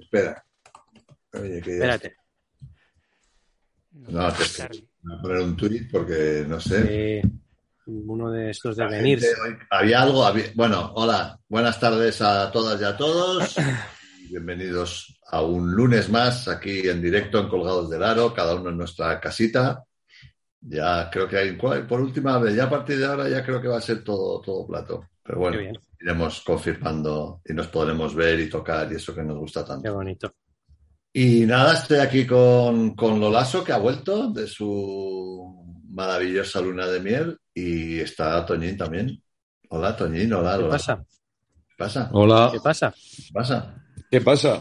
Espera. Oye, que ya- Espérate. No, te Charlie. voy a poner un tuit porque no sé. Eh, uno de estos de La venir. gente hoy- Había algo. había- Bueno, hola. Buenas tardes a todas y a todos. Y Bienvenidos a un lunes más aquí en directo en Colgados del Aro, cada uno en nuestra casita. Ya creo que hay ¿cuál? por última vez, ya a partir de ahora ya creo que va a ser todo, todo plato. Pero Qué bueno, bien, iremos confirmando y nos podremos ver y tocar y eso que nos gusta tanto. qué bonito. Y nada, estoy aquí con, con Lolaso, que ha vuelto de su maravillosa luna de miel. Y está Toñín también. Hola, Toñín. Hola, ¿Qué Lola. pasa? ¿Qué pasa? Hola. ¿Qué pasa? ¿Qué pasa? ¿Qué pasa?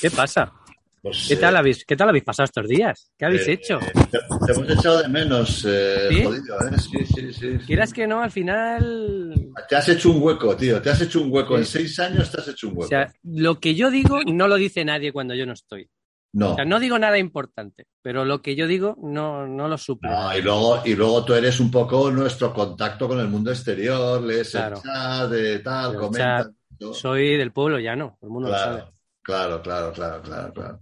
¿Qué pasa? Pues, ¿Qué eh, tal habéis, qué tal habéis pasado estos días? ¿Qué habéis eh, hecho? Te, te hemos echado de menos, eh, ¿Sí? jodido, ¿eh? Sí, sí, sí. sí. Quieras que no, al final. Te has hecho un hueco, tío. Te has hecho un hueco. Sí. En seis años te has hecho un O hueco. sea, lo que yo digo no lo dice nadie cuando yo no estoy. no. O sea, no digo nada importante, pero lo que yo digo no, no lo suple. No, y luego, y luego tú eres un poco nuestro contacto con el mundo exterior, lees Claro. el chat, de tal, El comentas. chat, ¿no? Soy del pueblo llano, todo el mundo lo sabe. Claro, claro, claro, claro, claro, claro.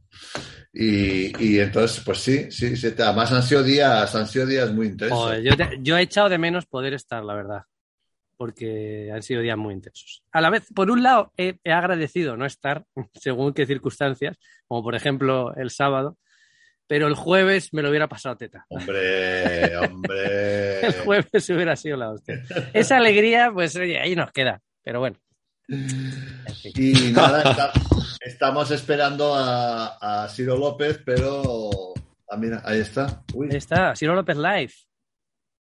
Y, y entonces, pues sí, sí, sí, te- además han sido días, han sido días muy intensos. Joder, yo, te- yo he echado de menos poder estar, la verdad, porque han sido días muy intensos. A la vez, por un lado, he, he agradecido no estar, según qué circunstancias, como por ejemplo el sábado, pero el jueves me lo hubiera pasado teta. Hombre, hombre. El jueves hubiera sido la hostia. Esa alegría, pues oye, ahí nos queda, pero bueno. En fin. Y nada, está- estamos esperando a, a Ciro López, pero. Ah, mira, ahí está. Uy. Ahí está, Siro López Live.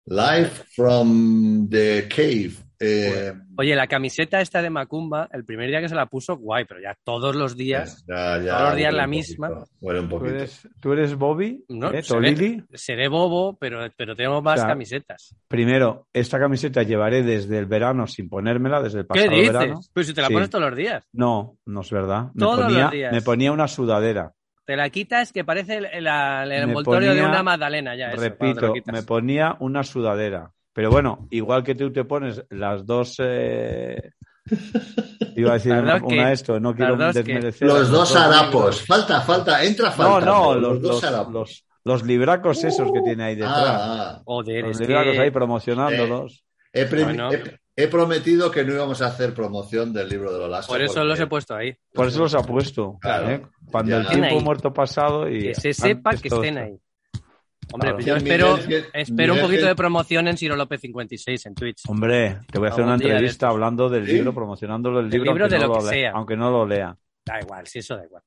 Live from the cave. Eh, Oye, la camiseta esta de Macumba, el primer día que se la puso, guay, pero ya todos los días ya, ya, Todos los días huele la un misma. poquito, huele un Tú poquito. eres, tú eres Bobby, No, ¿eh? se Tolili. seré bobo, pero, pero tenemos más Claro. camisetas. Primero, esta camiseta llevaré desde el verano sin ponérmela, desde el ¿Qué pasado dices? verano. Pues si te la Sí. pones todos los días. No, no es verdad. Me Todos los ponía, días. me ponía una sudadera. Te la quitas que parece el, el- el Me envoltorio de ponía- una magdalena ya. eso, cuando te Repito, lo quitas. me ponía una sudadera. Pero bueno, igual que tú te pones las dos. eh, Iba a decir Las una, dos que- una esto, no quiero dos que- desmerecer. a Los dos harapos. libros. Falta, falta, entra No, falta. no, pero los, los, harapos. los- los libracos esos que tiene ahí detrás. Ah, ah. Joder, los es libracos que- ahí promocionándolos. He, pre- Bueno. he- he prometido que no íbamos a hacer promoción del libro de Lolaso. Por eso porque- los he puesto ahí. Por eso los ha puesto. Claro. ¿eh? Cuando Ya. el tiempo Estén ahí. muerto pasado y. Que se sepa antes que todo estén esto. ahí. Hombre, Claro. yo Que Miguel- espero, que- espero un Miguel- eh, poquito de promoción en Ciro López 56 en Twitch. Hombre, te voy a hacer Algún una día de entrevista hablando del Sí. libro, promocionándolo del Del libro, libro aunque, de no lo lo que lea- sea. aunque no lo lea. Da igual, si eso da igual.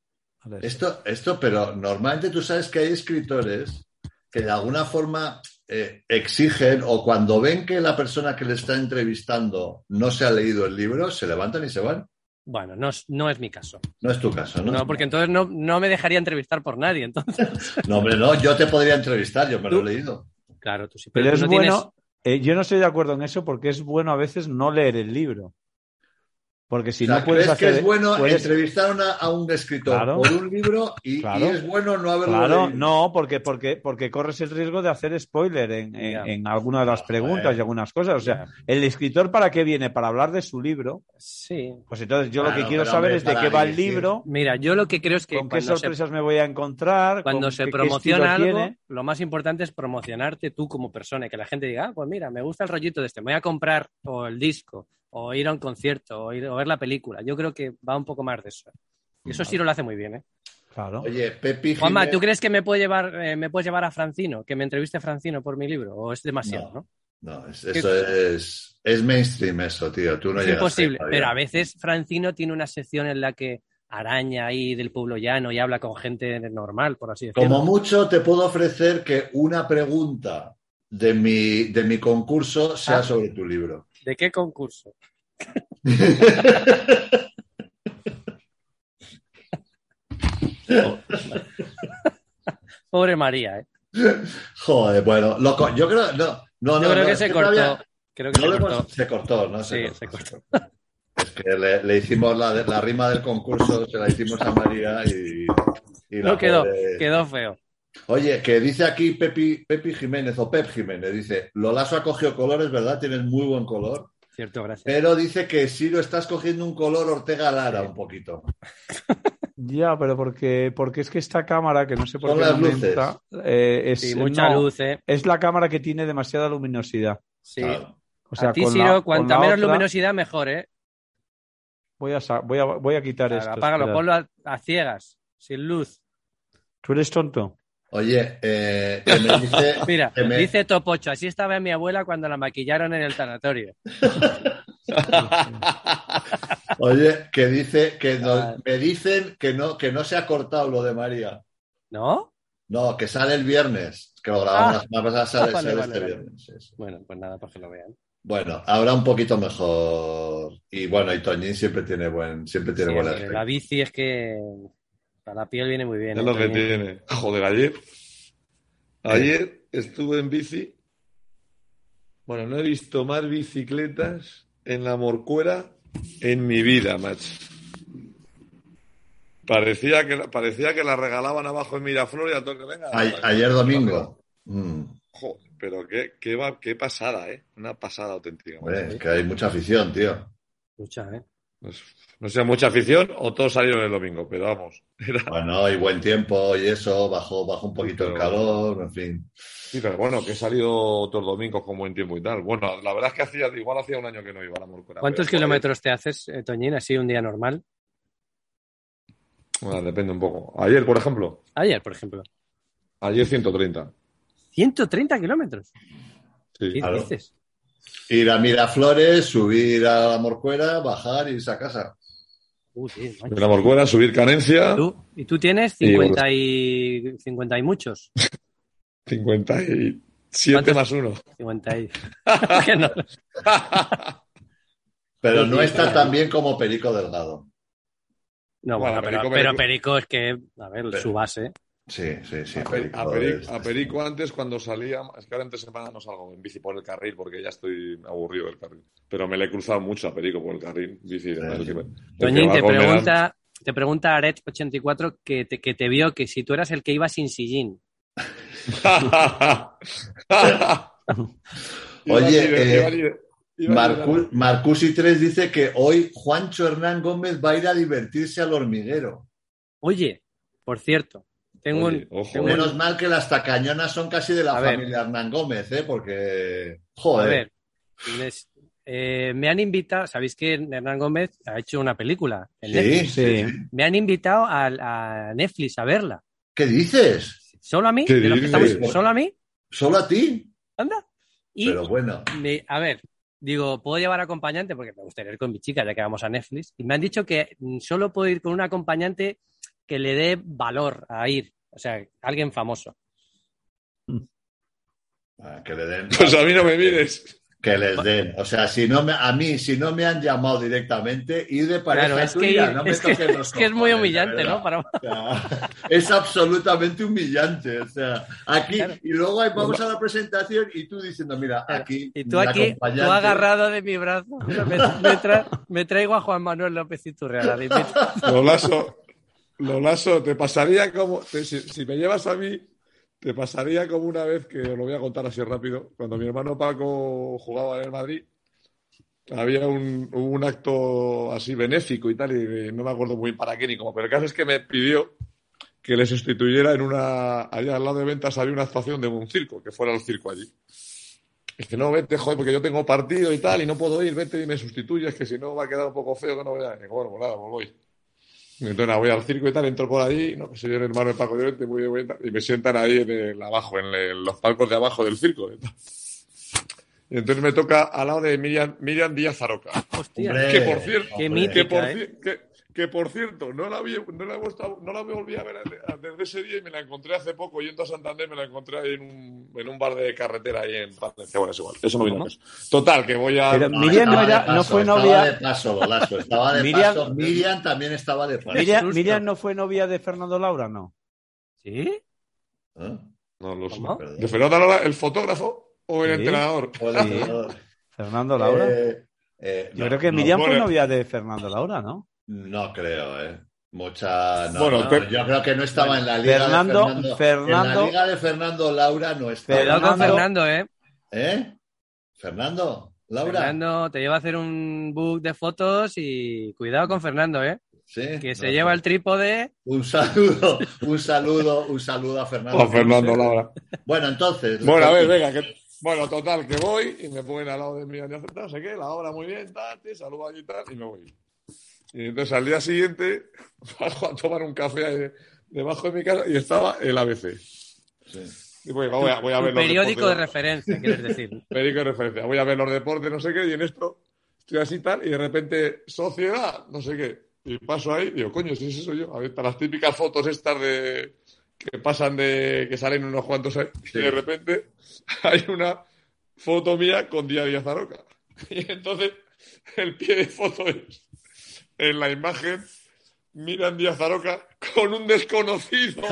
Esto, esto, pero normalmente tú sabes que hay escritores que de alguna forma eh, exigen o cuando ven que la persona que le está entrevistando no se ha leído el libro, se levantan y se van. Bueno, no, es- no es mi caso. No es tu caso, ¿no? No, porque entonces no, no me dejaría entrevistar por nadie. Entonces, No, hombre, no, yo te podría entrevistar, yo me lo Tú- he leído. claro, tú sí. Pero, tú es no tienes- bueno, eh, yo no estoy de acuerdo en eso porque es bueno a veces no leer el libro. Porque si O sea, no puedes ¿crees hacer. que es bueno puedes- entrevistar a una- a un escritor Claro. por un libro y, y Claro. es bueno no haberlo Claro, leído? no, porque, porque, porque corres el riesgo de hacer spoiler en, en- Ya. en alguna de las Ah, preguntas joder. y algunas cosas. O sea, el escritor, ¿para qué viene? Para hablar de su libro. Sí. Pues entonces yo lo Claro, que quiero pero, saber hombre, es de para qué va el dirigir. libro, Mira, yo lo que creo es que con qué cuando se sorpresas me voy a encontrar, Cuando con se qué- qué promociona estilo algo, tiene. lo más importante es promocionarte tú como persona y que la gente diga, ah, pues mira, me gusta el rollito de este, me voy a comprar o el disco, o ir a un concierto, o, ir, o ver la película. Yo creo que va un poco más de eso. Y eso Ciro lo hace muy bien, ¿eh? Claro. Oye, Pepi Juanma, Gimé- ¿tú crees que me puede llevar, eh, me puedes llevar a Francino, que me entreviste a Francino por mi libro? ¿O es demasiado, No, no? No, es- eso es, es mainstream eso, tío. Tú no es llegas ahí imposible. todavía. Pero a veces Francino tiene una sección en la que araña ahí del pueblo llano y habla con gente normal, por así decirlo. Como mucho te puedo ofrecer que una pregunta de mi, de mi concurso sea Ah. sobre tu libro. ¿De qué concurso? Pobre María, ¿eh? Joder, bueno, loco, yo creo, no, no, Yo no, creo no, que es se que cortó. todavía- Creo que no se lo cortó. hemos- se cortó, ¿no? Se Sí, cortó, se cortó. Es que le, le hicimos la, de- la rima del concurso, se la hicimos a María y... y la No quedó, pobre- quedó feo. Oye, que dice aquí Pepi, Pepi Jiménez o Pep Jiménez, dice, Lolaso ha cogido colores, ¿verdad? Tienes muy buen color. Cierto, gracias. Pero dice que Siro estás cogiendo un color Ortega Lara un poquito. Ya, pero porque, porque es que esta cámara, que no sé por Son qué las no me luces. entra, eh, es, Sí, mucha no, luz, ¿eh? es la cámara que tiene demasiada luminosidad. Sí. Claro. O sea, a ti, con la- Siro, con cuanta la menos otra- luminosidad, mejor, ¿eh? Voy a, sa- voy a, voy a quitar Claro, esto. apágalo, espera. ponlo a, a ciegas, sin luz. ¿Tú eres tonto? Oye, eh, que me dice, Mira, que me- dice Topocho, así estaba mi abuela cuando la maquillaron en el tanatorio. oye, que dice que no- Ah. me dicen que no, que no se ha cortado lo de María. ¿No? No, que sale el viernes, que lo grabamos Ah. la semana pasada, sale, Ah, vale, sale vale, este vale. viernes. sí, sí. Bueno, pues nada, para que lo vean. Bueno, ahora un poquito mejor. Y bueno, y Toñín siempre tiene buen, siempre tiene Sí, buen hombre, la aspecto. bici es que para la piel viene muy bien. Es ¿eh? lo que También. tiene. Eh. Joder, ayer. Ayer estuve en bici. Bueno, no he visto más bicicletas en la morcuera en mi vida, macho. Parecía que, parecía que la regalaban abajo en Miraflores a todo que venga. Ay- ayer domingo. Mm, Joder, pero qué, qué, va- qué pasada, ¿eh? Una pasada auténtica. macho. Pues hombre, es que hay mucha afición, tío. Escucha, ¿eh? No sé- No sé, mucha afición o todos salieron el domingo, pero vamos. Era, Bueno, y buen tiempo y eso, bajó, bajó un poquito el Pero- calor, en fin. Sí, pero bueno, que he salido otros domingos con buen tiempo y tal. Bueno, la verdad es que hacía, igual hacía un año que no iba a la Morcora. ¿Cuántos pero, joder, kilómetros te haces, eh, Toñín, así un día normal? bueno, depende un poco. Ayer, por ejemplo, Ayer, por ejemplo. ayer 130. 130 kilómetros. Sí. ¿Qué Claro. dices? Ir a Miraflores, subir a la Morcuera, bajar y irse a casa. Uh, sí, macho. De la Morcuera, subir cadencia, Tú- y tú tienes Sí, bueno. 50 y, 50 y muchos. 57 ¿Cuántos? más 1. 50 y... Que no. Pero Sí, no sí, está sí. tan bien como Perico Delgado. No, bueno, Bueno, pero, Perico, pero Perico. Perico es que, a ver, su base. ¿eh? Sí, sí, sí. A, Peri- a Perico Peri- es- a Perico antes cuando salía, es que ahora entre semana no salgo en bici por el carril porque ya estoy aburrido del carril. Pero me le he cruzado mucho a Perico por el carril. Bici, Sí. el que me- el que Toñín, va te con Melan- pregunta, te pregunta Aret84 que te, que te vio que si tú eras el que iba sin sillín. Oye, eh, Marcus Marcu- Marcusi 3 dice que hoy Juancho Hernán Gómez va a ir a divertirse al hormiguero. Oye, por cierto, tengo Oye, un... ojo, tengo eh. Menos mal que las tacañonas son casi de la A ver. familia Hernán Gómez, ¿eh? Porque. A Joder. ver, les- eh, me han invitado, sabéis que Hernán Gómez ha hecho una película. en Netflix. ¿Sí? Sí. Me han invitado al- a, Netflix a verla. ¿Qué dices? ¿Solo a mí? ¿Qué ¿De los que dices? estamos- ¿Solo a mí? ¿Solo a ti? Anda. Y Pero bueno. me- a ver, digo, ¿puedo llevar acompañante? Porque me gustaría ir con mi chica, ya que vamos a Netflix. Y me han dicho que mm, solo puedo ir con un acompañante que le dé valor a ir. O sea, alguien famoso. ah, Que le den. Pues a mí no me mires. Que les den. O sea, si no me, a mí, si no me han llamado directamente, ir de pareja Claro, es que, tuya, no me es, que, toques los es que es muy cojones, la humillante, verdad. ¿no? Para- O sea, es absolutamente humillante. O sea, aquí, Claro. Pues y luego ahí vamos a la presentación y tú diciendo, mira, Claro. aquí. Y tú mi aquí, tú acompañante- agarrado de mi brazo, me, me tra- me traigo a Juan Manuel López Iturriaga. de invitado. Lo lazo, lo lazo, te pasaría como. te- si, si me llevas a mí, te pasaría como una vez que os lo voy a contar así rápido. Cuando mi hermano Paco jugaba en el Madrid, había un, un acto así benéfico y tal, y no me acuerdo muy para qué ni cómo. Pero el caso es que me pidió que le sustituyera en una. Allá al lado de ventas había una actuación de un circo, que fuera el circo allí. Dice, no, vete, joder, porque yo tengo partido y tal, y no puedo ir, vete y me sustituyes, que si no va a quedar un poco feo que no vea. Digo, bueno, pues nada, pues voy. Entonces nada, voy al circo y tal, entro por allí, no, que soy el hermano de Paco Llorente, muy de vuelta, y me sientan ahí en el abajo, en, el- en los palcos de abajo del circo. Y entonces me toca al lado de Miriam, Miriam Díaz Aroca. Ah, Hostia. Hombre, Que por cierto- hombre, Qué mito. Que por, ¿eh? Chica, ci- que- que por cierto, no la, había- no, la he vuelto a- no la volví a ver a- a- desde ese día y me la encontré hace poco yendo a Santander, me la encontré ahí en un, en un bar de carretera ahí en Valencia. Bueno, es igual, eso no viene a caso. Total, que voy a... Pero No, Miriam no, estaba de era- no paso, fue estaba novia. de paso, Bolazo, estaba de Miriam- paso. Miriam también estaba de paso. Miriam, Pues susto. Miriam no fue novia de Fernando Laura, no. ¿Sí? ¿Eh? No lo sé. ¿Cómo? ¿De Fernando Lara, el fotógrafo o el Sí. entrenador? Hola, Sí. hola. Fernando Laura. Eh, eh, Yo no, creo que no, Miriam fue bueno. novia de Fernando Laura, ¿no? No creo, ¿eh? Mucha. no, Bueno, no, pero- yo creo que no estaba en la liga Fernando- de Fernando. En Fernando- la liga de Fernando Laura no estaba. Cuidado con Fernando- Fernando, ¿eh? ¿Eh? Fernando, Laura. Fernando te lleva a hacer un book de fotos y cuidado con Fernando, ¿eh? ¿Sí? Que se No, lleva no. el trípode. Un saludo, un saludo, un saludo a Ah, Fernando. O Fernando Laura. Bueno, entonces. Bueno, a ver, venga. que- Bueno, total, que voy y me ponen al lado de mi aceptar, sé qué, la obra muy bien, tal, te saludo allí y tal, y me voy. Y entonces al día siguiente bajo a tomar un café ahí debajo de mi casa y estaba el ABC. Sí. Y voy, voy a, voy a un ver los periódico de deportes, referencia, quieres decir. periódico de referencia. Voy a ver los deportes, no sé qué, y en esto estoy así tal, y de repente, sociedad, no sé qué. Y paso ahí, digo, coño, si eso soy yo. A ver, están las típicas fotos estas de que pasan de que salen unos cuantos ahí, Sí. y de repente hay una foto mía con Diario Zaroca. Y entonces el pie de foto es en la imagen. Miran Díaz Aroca con un desconocido.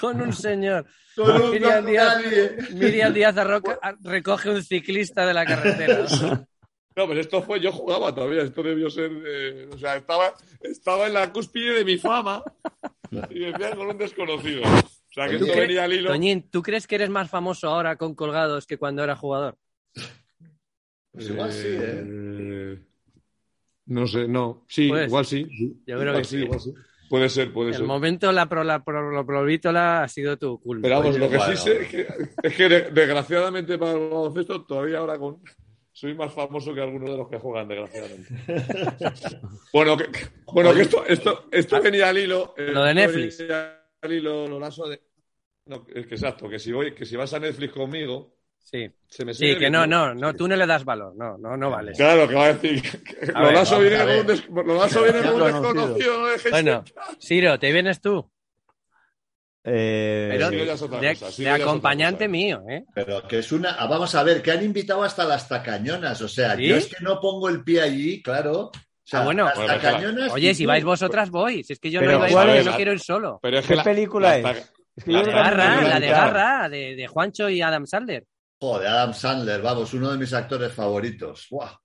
Con un señor. Con un Miriam don Díaz, nadie. Miriam Díaz Arroca recoge un ciclista de la carretera. No, pero esto fue, yo jugaba todavía, esto debió ser, eh, o sea, estaba, estaba en la cúspide de mi fama y decían con un desconocido. O sea, que ¿Tú esto crees- venía al hilo. Toñín, ¿tú crees que eres más famoso ahora con colgados que cuando era jugador? Pues igual sí, ¿eh? Eh, No sé, no, sí, Pues, igual sí. yo creo Igual que sí. igual Puede ser, puede El ser. momento la, pro, la, pro- la provítola ha sido tu culpa. Pero vamos, Oye, lo que bueno. sí sé es que, es que de- desgraciadamente para el baloncesto todavía ahora con... soy más famoso que algunos de los que juegan, desgraciadamente. bueno, que, que- bueno que esto, esto, esto venía al hilo. eh, Ah. Lo de esto Netflix. venía al hilo, lo lazo de... No, es que exacto, que si, voy, que si vas a Netflix conmigo, Sí, se me sí, sube que el- no, no, no, tú no le das valor, no, no, no vales. Claro, que va a decir. que- A lo ver, lazo vamos, viene a con ver. un, des- lo lazo viene con un Desconocido. desconocido. ¿no? Dejes- Bueno, Ciro, te vienes tú Eh, Pero- Ciro ya es otra de, cosa, de Ciro ya es otra acompañante cosa. mío, ¿eh? Pero que es una. ah, Vamos a ver, que han invitado hasta las tacañonas. O sea, ¿Sí? yo es que no pongo el pie allí, claro. O sea, Ah, bueno. las Bueno, déjala. tacañones. Oye, si vais vosotras, voy. Si es que yo no, Pero iba a ir, ¿cuál porque es? no quiero ir solo. Pero es que ¿Qué la- película la- es? Es que la yo De creo que Garra, no la de me gusta. Garra, de, de Juancho y Adam Sandler. Joder, Adam Sandler, vamos, uno de mis actores favoritos. Buah.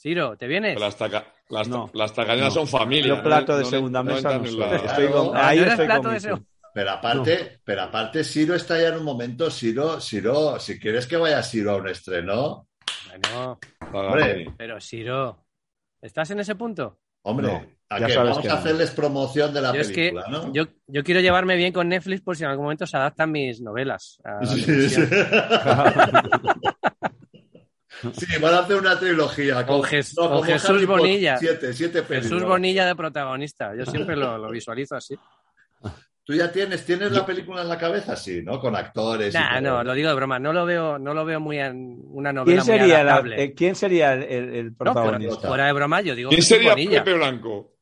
Ciro, ¿te vienes? Las, taca- las, No. las tacañeras No. son familia. Yo plato de le- segunda mesa entran no en soy. la- Estoy con- No, ahí no eres estoy plato con de Michu. segunda- Pero aparte, pero aparte, Ciro está ya en un momento. Ciro, Ciro, si quieres que vaya Ciro a un estreno, Bueno, Hombre. pero Ciro, ¿estás en ese punto? hombre, No, ¿a ya qué? sabes vamos que a no. hacerles promoción de la Yo es que película, ¿no? yo, yo quiero llevarme bien con Netflix por si en algún momento se adaptan mis novelas. a la Sí, televisión. Sí, van a hacer una trilogía Con Jes- con Jesús Harry Potter, Bonilla. Siete, siete películas. Jesús Bonilla de protagonista. Yo siempre lo, lo visualizo así. Tú ya tienes, tienes la película en la cabeza, sí, ¿no? Con actores. y todo. Nah, no, lo digo de broma. No lo veo, no lo veo muy en una novela ¿Quién sería, muy la- adaptable. eh, ¿Quién sería el, el- el No, fuera, protagonista? fuera de broma, yo digo ¿Quién Jesús sería Bonilla. Pepe Blanco?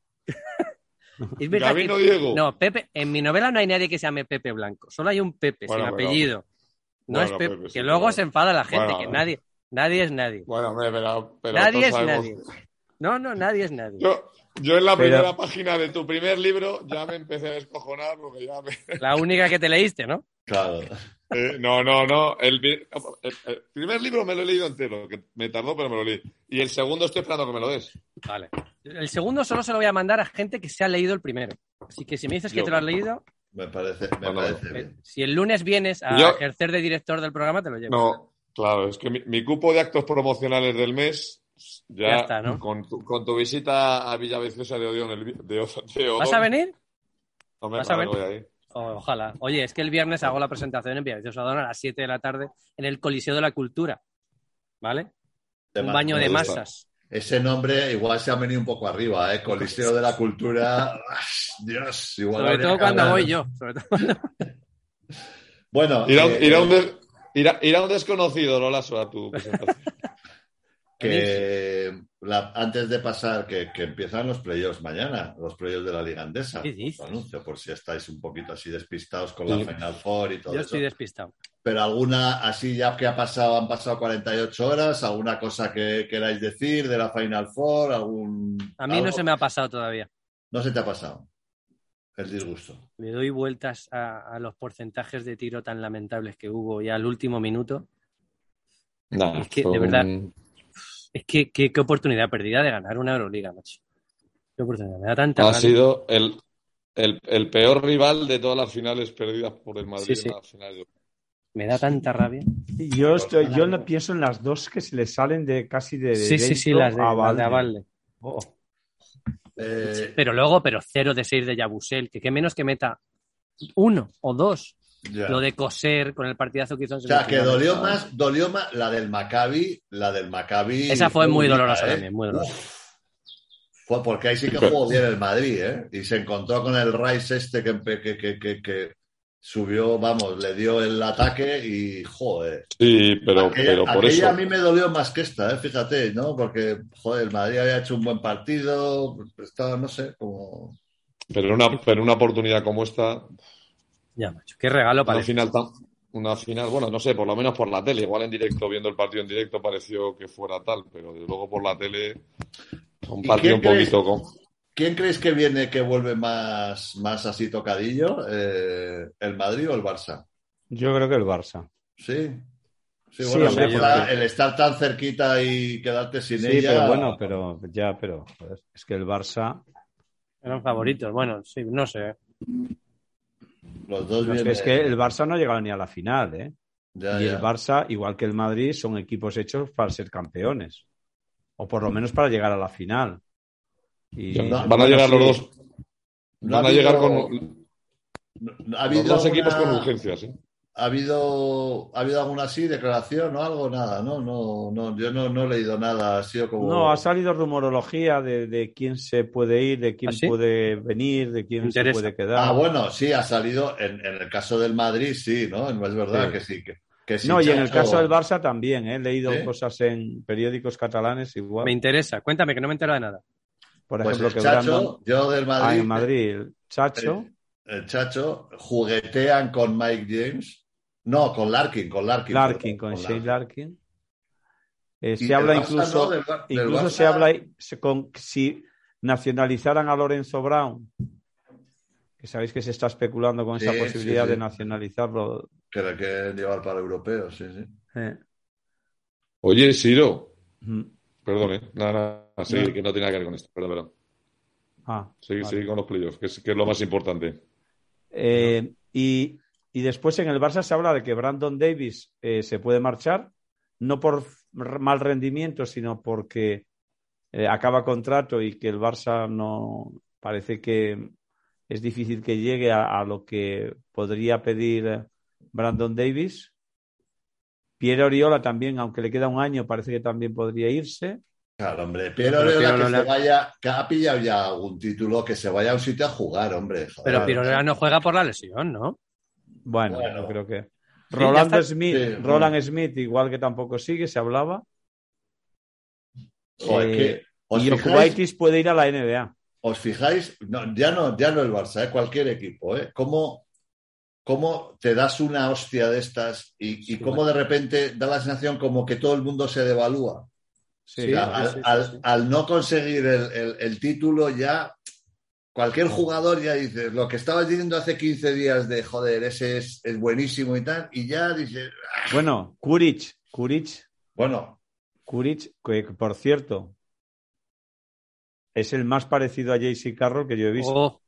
Es verdad que- Gabino Diego. No, Pepe, en mi novela no hay nadie que se llame Pepe Blanco. Solo hay un Pepe Bueno, sin pero- apellido. No Bueno, es Pepe, Pepe, sí, que luego pero- se enfada la gente, Bueno, que eh. nadie, nadie es nadie. Bueno, hombre, pero, pero nadie todos es sabemos- nadie. No, no, nadie es nadie. Yo, yo en la Pero- primera página de tu primer libro ya me empecé a descojonar porque ya me... La única que te leíste, ¿no? Claro. Eh, no, no, no. El, vi- el- el primer libro me lo he leído entero, que me tardó, pero me lo leí. Y el segundo estoy esperando que me lo des. Vale. El segundo solo se lo voy a mandar a gente que se ha leído el primero. Así que si me dices que Yo- te lo has leído, Me parece, me Bueno, parece eh, bien. si el lunes vienes a Yo- ejercer de director del programa, te lo llevo. No, claro, es que mi, mi cupo de actos promocionales del mes, ya, Ya está, ¿no? con, tu, con tu visita a Villaviciosa de Odio el, vi- de, Odo- de Odón, ¿Vas a venir? no me- vas a no me venir? voy a ir. O- Ojalá. Oye, es que el viernes hago la presentación en Villaviciosa Odón a las 7 de la tarde en el Coliseo de la Cultura. ¿Vale? Te Un mando- baño de me gusta. masas. Ese nombre igual se ha venido un poco arriba, ¿eh? Coliseo de la Cultura. Dios, igual. Sobre habría todo que cuando hablar. voy yo. sobre todo. Bueno, Irá, un- eh, irá un des- irá- irá un desconocido, Lolaso, a tu presentación. que la- antes de pasar, que, que empiezan los playoffs mañana, los playoffs de la Liga Andesa. ¿Qué dices? Os anuncio, por si estáis un poquito así despistados con la Sí. Final Four y todo Yo eso. estoy despistado. Pero alguna, así ya que ha pasado, han pasado 48 horas, alguna cosa que queráis decir de la Final Four, algún. A mí algo- no se me ha pasado todavía. No se te ha pasado. El disgusto. Le doy vueltas a, a los porcentajes de tiro tan lamentables que hubo ya al último minuto. Es que, de verdad. Es que qué, qué oportunidad perdida de ganar una Euroliga, macho. Qué oportunidad. Me da tanta Ha rabia. sido el, el, el peor rival de todas las finales perdidas por el Madrid Sí, sí. en la final de- Me da tanta rabia. Yo, estoy, yo no pienso en las dos que se le salen de casi de. Sí, sí, sí, dentro las de, a las de Valde. Abalde. Oh. Eh, Pero luego, pero cero de seis de Yabusel, que qué menos que meta uno o dos. ya. Lo de coser con el partidazo que hizo en O sea, que semifinales. dolió más, dolió más la del Maccabi, la del Maccabi. Esa fue muy bonita, dolorosa ¿eh? también, muy dolorosa. Fue porque ahí sí que jugó bien el Madrid, ¿eh? Y se encontró con el Rice este que, empe- que, que, que, que subió, vamos, le dio el ataque y, joder. Sí, pero, aquella pero por aquella eso. a mí me dolió más que esta, ¿eh? Fíjate, ¿no? Porque, joder, el Madrid había hecho un buen partido, estaba, no sé, como... Pero una, pero una oportunidad como esta, Ya, macho, qué regalo para una final tan. Una final, bueno, no sé, por lo menos por la tele, igual en directo, viendo el partido en directo pareció que fuera tal, pero desde luego por la tele, un ¿Y quién partido un crees- poquito con. ¿Quién creéis que viene, que vuelve más, más así tocadillo? Eh, ¿El Madrid o el Barça? Yo creo que el Barça. Sí. Sí, Sí, bueno, hombre, sí, yo la- creo el estar tan cerquita y quedarte sin Sí, ella. pero bueno, pero ya, pero joder, es que el Barça. Eran favoritos. Bueno, sí, no sé. Los dos no sé, vienen. es que el Barça no ha llegado ni a la final, ¿eh? Ya, y ya. el Barça, igual que el Madrid, son equipos hechos para ser campeones. O por lo menos para llegar a la final. Y- Yo no- Van a llegar los dos, No van ha a llegar habido- con no- ha los habido dos equipos alguna- con urgencias, ¿eh? ¿Ha habido, ¿Ha habido alguna así declaración o algo? Nada, no, no, no yo no, no he leído nada. Ha sido como. No, ha salido rumorología de, de quién se puede ir, de quién ¿Ah, sí? puede venir, de quién Interesa. se puede quedar. Ah, bueno, sí, ha salido en, en el caso del Madrid, sí, ¿no? Es verdad Sí. que sí. Que, que sí, no, y en el Chacho. caso del Barça también, ¿eh? he leído ¿Sí? cosas en periódicos catalanes igual. Me interesa. Cuéntame, que no me entero de nada. Por Pues ejemplo, el que Chacho, Brandon- yo del Madrid, ¿eh? Ah, en Madrid, el Chacho. el Chacho, juguetean con Mike James. No, con Larkin, con Larkin. Larkin, perdón, con Shane Larkin. Eh, Y se del habla Barça, incluso, no, del Bar- del incluso se Barça- habla ahí- se- con si nacionalizaran a Lorenzo Brown, que sabéis que se está especulando con esa Sí, posibilidad sí, sí. de nacionalizarlo. que le quieren llevar para europeos, sí, sí. eh. Oye, Siro, Mm. perdón, ¿eh? Nada, nada, seguir, No. que no tiene nada que ver con esto, perdón, perdón. Ah, Seguir, vale. seguir con los playoffs, que es, que es lo más importante. Eh, y, y después en el Barça se habla de que Brandon Davis eh, se puede marchar, no por r- mal rendimiento, sino porque eh, acaba contrato y que el Barça no parece que es difícil que llegue a, a lo que podría pedir eh, Brandon Davis. Pierre Oriola también, aunque le queda un año, parece que también podría irse. Claro, hombre, pero Pero Oriola que Pirola- se vaya, que ha pillado ya algún título, que se vaya a un sitio a jugar, hombre. joder. Pero Pirola no juega por la lesión, ¿no? Bueno, Bueno. yo creo que. ya Roland está. Smith, Sí, Roland Smith, igual que tampoco sigue, se hablaba. Joder, Eh, que- ¿os Y fijáis? Jokubaitis puede ir a la NBA. ¿Os fijáis? No, ya, no, ya no el Barça, ¿eh? cualquier equipo. ¿eh? ¿Cómo, ¿Cómo te das una hostia de estas y, y cómo de repente da la sensación como que todo el mundo se devalúa? Sí, O sea, al, al- al no conseguir el, el- el título ya, cualquier jugador ya dices, lo que estabas diciendo hace 15 días de, joder, ese es, es buenísimo y tal, y ya dices, Bueno, Kuric, Kuric, bueno, Kuric, que por cierto, es el más parecido a JC Carroll que yo he visto. Oh,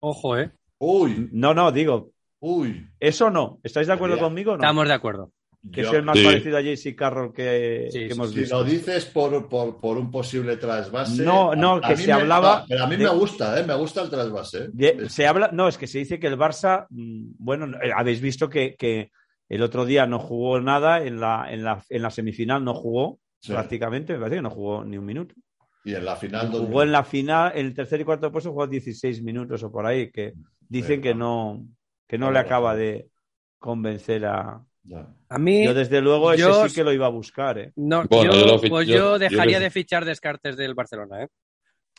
ojo, ¿eh? uy, No, no, digo, uy. eso no. ¿Estáis de acuerdo Mira, conmigo o no? Estamos de acuerdo. Que Yo- es el más Sí. parecido a JC Carroll que, Sí, que sí, hemos si visto. lo dices por, por, por un posible trasvase. No, no, mí que se me- hablaba no, pero a mí de- me gusta, ¿eh? me gusta el trasvase. ¿eh? De- se habla, no, es que se dice que el Barça, mm, bueno, no, eh, habéis visto que, que el otro día no jugó nada, en la, en la, en la semifinal no jugó Sí. prácticamente, me parece que no jugó ni un minuto. Y en la final. dos- Jugó en la final, en el tercer y cuarto puesto jugó 16 minutos o por ahí, que dicen Sí, que claro. no, que no Claro, le acaba claro. de convencer a... Ya. A mí, Yo desde luego ese yo- sí que lo iba a buscar, ¿eh? no, Bueno, yo, yo lo fi- pues yo- yo yo dejaría que- de fichar descartes del Barcelona, ¿eh?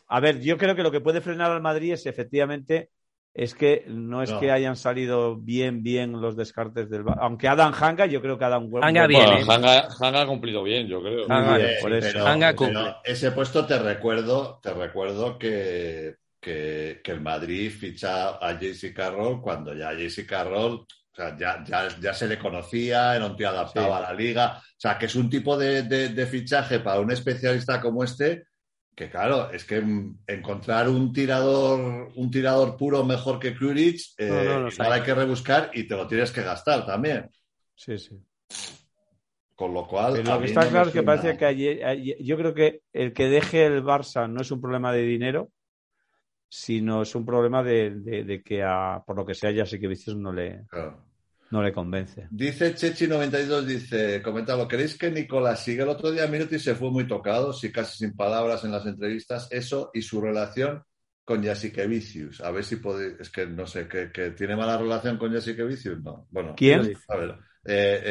A ver, yo creo que lo que puede frenar al Madrid es efectivamente es que no es No. que hayan salido bien, bien los descartes del Ba- Aunque Adam Hanga, yo creo que Adam Hanga Hanga bien, Bueno, ¿eh? Hanga, Hanga ha cumplido bien, yo creo. Ah, vale, Bien, por eso. pero- Hanga pero cumple. ese puesto te recuerdo, te recuerdo que, que, que el Madrid ficha a JC Carroll cuando ya JC Carroll o sea, ya, ya, ya se le conocía, era un tío adaptado Sí. a la liga. O sea, que es un tipo de, de- de fichaje para un especialista como este Que claro, es que mm, encontrar un tirador, un tirador puro mejor que Kruric, eh, No, no, los igual hay. hay que rebuscar y te lo tienes que gastar también. Sí, sí. Con lo cual. Pero a lo que mí está no me claro es que suena. parece que ayer- ayer- yo creo que el que deje el Barça no es un problema de dinero, sino es un problema de, de- de que a- por lo que sea ya sí que Vinicius no le, Claro. no le convence. Dice Chechi92, dice, comentaba, ¿creéis que Nicolás sigue el otro día Minuti se fue muy tocado, sí casi sin palabras en las entrevistas, eso y su relación con Yasikevicius? A ver si podéis, es que no sé, que, que tiene mala relación con Yasikevicius, no. Bueno, ¿Quién? a ver, eh,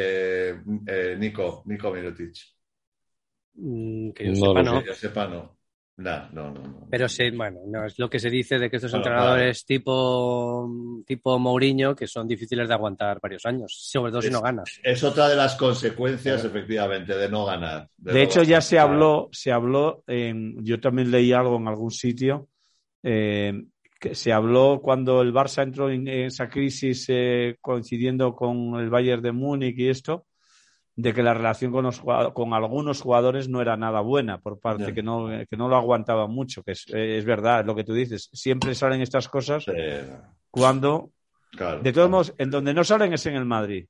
eh, eh, Nico, Nico Mirotic. Mm, que yo No lo sepa, no. sé. Que yo sepa, no. Nah, no, no, no. Pero sí, bueno, no, es lo que se dice de que estos Claro, entrenadores tipo, tipo Mourinho que son difíciles de aguantar varios años, sobre todo si Es- no ganas. Es otra de las consecuencias, efectivamente, de no ganar. De no hecho, ganar. ya se habló, se habló, en- yo también leí algo en algún sitio, eh, que se habló cuando el Barça entró en, en esa crisis eh, coincidiendo con el Bayern de Múnich y esto, de que la relación con, los jugado- con algunos jugadores no era nada buena, por parte Ya. que, no, que no lo aguantaban mucho, que es, eh, es verdad lo que tú dices, siempre salen estas cosas Eh, cuando, claro. de todos modos, en donde no salen es en el Madrid.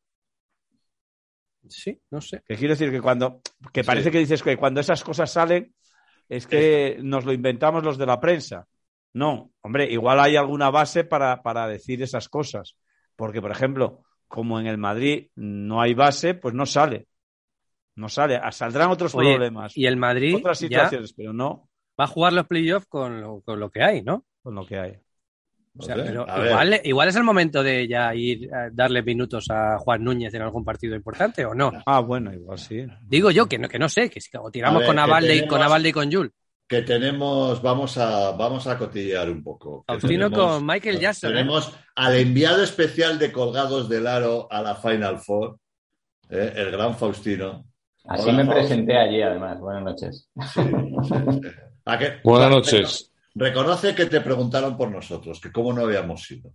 Sí, no sé. Que quiero decir que cuando, que parece Sí. que dices que cuando esas cosas salen, es que nos lo inventamos los de la prensa. No, hombre, igual hay alguna base para, para decir esas cosas. Porque, por ejemplo, como en el Madrid no hay base, pues no sale. No sale. Ah, Saldrán otros Oye, problemas, Y el Madrid otras ya situaciones, pero no va a jugar los playoffs con lo, con lo que hay, ¿no? con lo que hay. No O sea, sé, pero a ver. igual, igual es el momento de ya ir a darle minutos a Juan Núñez en algún partido importante o no. Ah, bueno, igual sí. Digo yo que no, que no sé, que si o tiramos A ver, con que Avalde y tenemos- con Avalde y con Jul. que tenemos, vamos a, vamos a cotillear un poco. Que Faustino tenemos- con Michael Jackson. ¿eh? Tenemos al enviado especial de Colgados del Aro a la Final Four, ¿eh? el gran Faustino. Así Hola, me Pau. presenté allí, además. Buenas noches. Sí, sí, sí. ¿A qué? Buenas Claro, noches. Reconoce que te preguntaron por nosotros, que cómo no habíamos ido.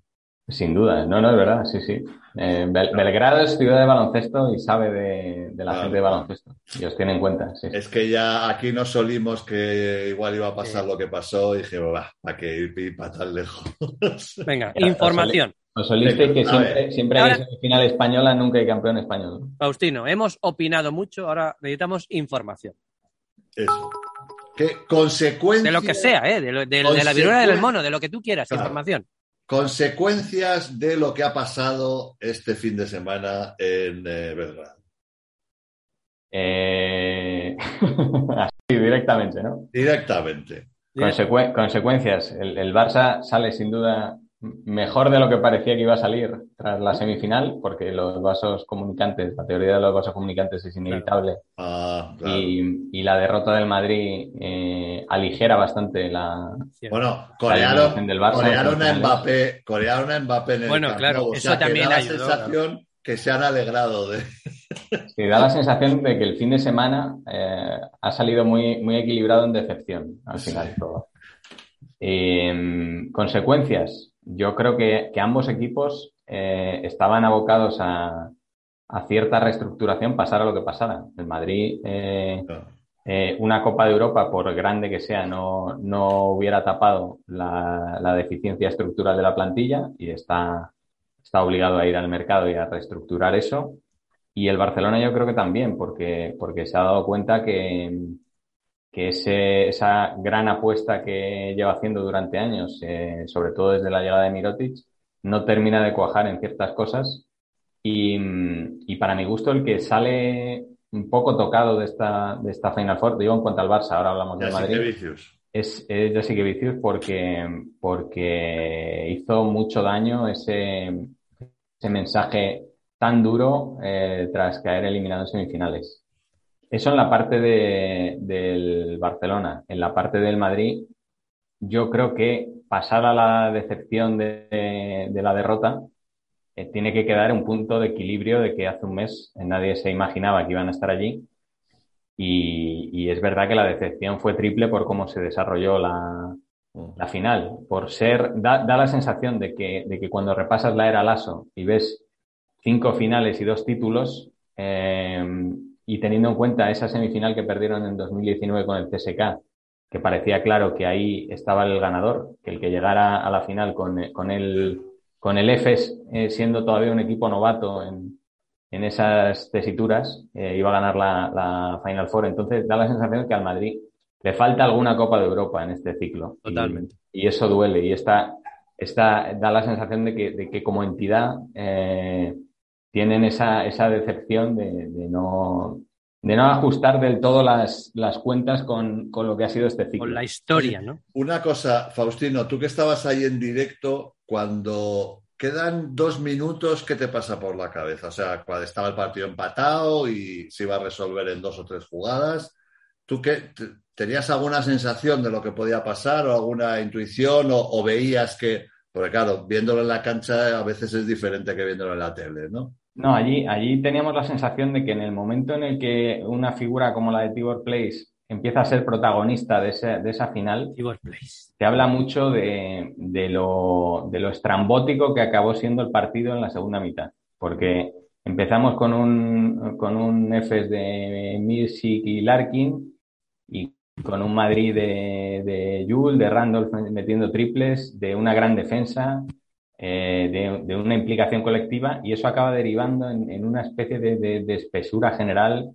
Sin duda, no, no, es verdad, sí, sí. Eh, Bel- Belgrado es ciudad de baloncesto y sabe de, de la Claro. gente de baloncesto. Y os tiene en cuenta, sí. Es que ya aquí no solimos que igual iba a pasar lo que pasó y dije, va, ¿para qué ir para tan lejos? Venga, Ya, información. Os solisteis que Venga, Eh, a siempre, ver. siempre hay Ahora- semifinal española, nunca hay campeón español. ¿no? Faustino, hemos opinado mucho, ahora necesitamos información. Eso. ¿Qué consecuencias? De lo que sea, ¿eh? De, lo- de- de la viruela del mono, de lo que tú quieras, Claro. información. Consecuencias de lo que ha pasado este fin de semana en eh, Belgrado. Eh, Así directamente, ¿no? Directamente. Consecu- consecuencias. El, el Barça sale sin duda mejor de lo que parecía que iba a salir tras la semifinal, porque los vasos comunicantes, la teoría de los vasos comunicantes es inevitable. Ah, claro. Y, y la derrota del Madrid eh, aligera bastante la, Bueno, la corearon, eliminación del Barça. corearon a Semifinales. Mbappé, corearon a Mbappé en el Bueno, Camp claro, Nou. eso o sea, que también da la ayudó, sensación que se han alegrado de Sí, da la sensación de que el fin de semana eh, ha salido muy, muy equilibrado en decepción, al final todo. Eh, consecuencias. Yo creo que, que ambos equipos eh, estaban abocados a, a cierta reestructuración, pasara lo que pasara. El Madrid eh, eh, una Copa de Europa, por grande que sea, no, no hubiera tapado la, la deficiencia estructural de la plantilla y está, está obligado a ir al mercado y a reestructurar eso. Y el Barcelona yo creo que también, porque, porque se ha dado cuenta que, que ese- esa gran apuesta que lleva haciendo durante años, eh, sobre todo desde la llegada de Mirotic, no termina de cuajar en ciertas cosas. Y, mm, y para mi gusto, el que sale un poco tocado de esta, de esta Final Four, digo en cuanto al Barça, ahora hablamos del Madrid, vicios. es, es Jessica Vicius porque, porque hizo mucho daño ese, ese mensaje tan duro eh, tras caer eliminado en semifinales. Eso en la parte de, del Barcelona. En la parte del Madrid, yo creo que pasar a la decepción de, de- de la derrota eh, tiene que quedar un punto de equilibrio de que hace un mes eh, nadie se imaginaba que iban a estar allí. Y, y es verdad que la decepción fue triple por cómo se desarrolló la, Mm. la final. Por ser, da, da la sensación de que, de que cuando repasas la era Lasso y ves cinco finales y dos títulos, eh, y teniendo en cuenta esa semifinal que perdieron en 2019 con el CSK, que parecía claro que ahí estaba el ganador, que el que llegara a la final con, con el, con el EFES eh, siendo todavía un equipo novato en, en esas tesituras, eh, iba a ganar la, la, Final Four. Entonces da la sensación que al Madrid le falta alguna Copa de Europa en este ciclo. Totalmente. Y, y eso duele y está esta, da la sensación de que, de que como entidad eh, tienen esa, esa decepción de, de, no, de no ajustar del todo las, las cuentas con, con, lo que ha sido este ciclo. Con la historia, ¿no? Una cosa, Faustino, tú que estabas ahí en directo cuando quedan dos minutos, ¿qué te pasa por la cabeza? O sea, cuando estaba el partido empatado y se iba a resolver en dos o tres jugadas, ¿tú qué, ¿Tenías alguna sensación de lo que podía pasar o alguna intuición o, o, veías que, porque claro, viéndolo en la cancha a veces es diferente que viéndolo en la tele, ¿no? No, allí, allí teníamos la sensación de que en el momento en el que una figura como la de Tibor Place empieza a ser protagonista de, ese, de esa final, Tibor Place. te habla mucho de, de, lo, de lo estrambótico que acabó siendo el partido en la segunda mitad, porque empezamos con un, con un Fs de Mirsic y Larkin y con un Madrid de, de Jules, de Randolph metiendo triples, de una gran defensa, eh, de, de, una implicación colectiva, y eso acaba derivando en, en una especie de, de, de, espesura general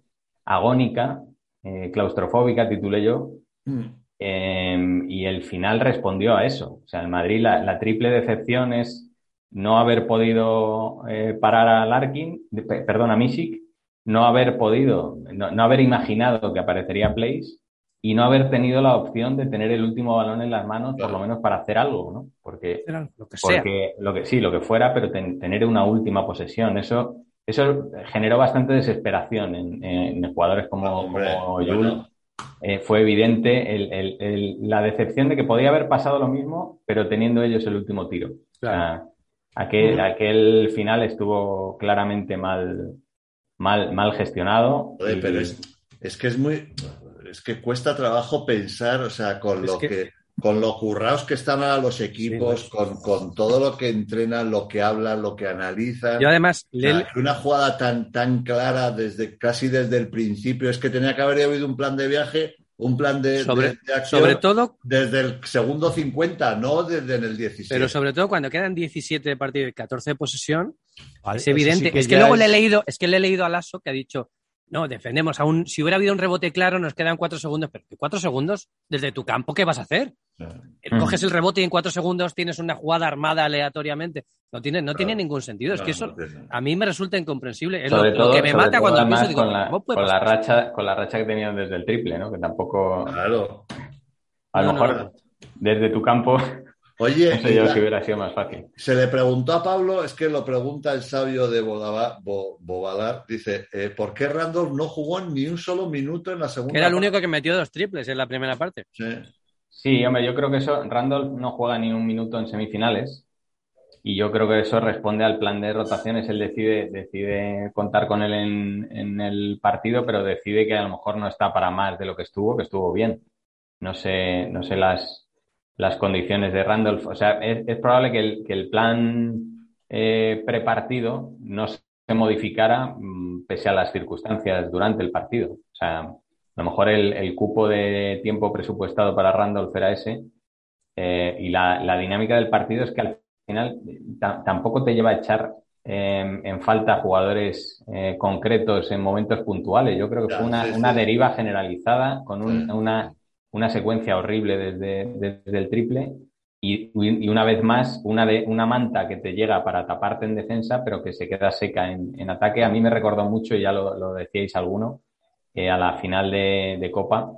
agónica, eh, claustrofóbica, titulé yo, mm. eh, y el final respondió a eso. O sea, el Madrid, la, la triple decepción es no haber podido eh, parar a Larkin, perdón, a Misic, no haber podido, no, no haber imaginado que aparecería Place y no haber tenido la opción de tener el último balón en las manos, por lo menos para hacer algo, ¿no? Porque, lo que sea. porque lo que sí, lo que fuera, pero ten, tener una última posesión, eso, eso generó bastante desesperación en, en jugadores como, Ah, no, hombre, como Jul. Bueno. Eh, fue evidente el, el, el, la decepción de que podía haber pasado lo mismo, pero teniendo ellos el último tiro. Claro. O sea, aquel, aquel final estuvo claramente mal, mal, mal gestionado. Oye, y... Pero es, es que es muy, es que cuesta trabajo pensar, o sea, con es lo que... que... con lo currados que están ahora los equipos, sí, con, con, todo lo que entrenan, lo que hablan, lo que analizan. Yo además, o sea, una jugada tan, tan clara desde casi desde el principio, es que tenía que haber habido un plan de viaje, un plan de, sobre, de, de acción sobre todo desde el segundo 50, no desde en el 17. Pero sobre todo cuando quedan 17 de partido y 14 de posesión, vale, es evidente. Sí que es que luego es... le he leído, es que le he leído a Lasso que ha dicho no, defendemos aún. Si hubiera habido un rebote claro, nos quedan cuatro segundos. Pero cuatro segundos desde tu campo, ¿qué vas a hacer? Claro. Coges el rebote y en cuatro segundos tienes una jugada armada aleatoriamente. No tiene, no claro. tiene ningún sentido. Claro, es que eso no a mí me resulta incomprensible. Es lo, todo, lo, que me mata cuando pienso. Digo, con, la, ¿cómo puede con pasar? la racha, con la racha que tenían desde el triple, ¿no? Que tampoco. Claro. A lo no, mejor no, desde tu campo. Oye, no sé yo la... si hubiera sido más fácil. Se le preguntó a Pablo, es que lo pregunta el sabio de Bodava, Bo, Bobalar, dice, ¿eh, ¿por qué Randolph no jugó ni un solo minuto en la segunda? Era el único que metió dos triples en la primera parte. Sí. sí. hombre, yo creo que eso, Randolph no juega ni un minuto en semifinales y yo creo que eso responde al plan de rotaciones. Él decide, decide contar con él en, en el partido, pero decide que a lo mejor no está para más de lo que estuvo, que estuvo bien. No sé, no sé las, las condiciones de Randolph. O sea, es, es probable que el, que el plan eh, prepartido no se modificara mm, pese a las circunstancias durante el partido. O sea, a lo mejor el, el cupo de tiempo presupuestado para Randolph era ese eh, y la, la, dinámica del partido es que al final eh, tampoco te lleva a echar eh, en falta jugadores eh, concretos en momentos puntuales. Yo creo que fue una, una deriva generalizada con un, una una secuencia horrible desde, desde el triple y, y, una vez más una, de, una manta que te llega para taparte en defensa pero que se queda seca en, en ataque. A mí me recordó mucho, y ya lo, lo decíais alguno, eh, a la final de, de, Copa,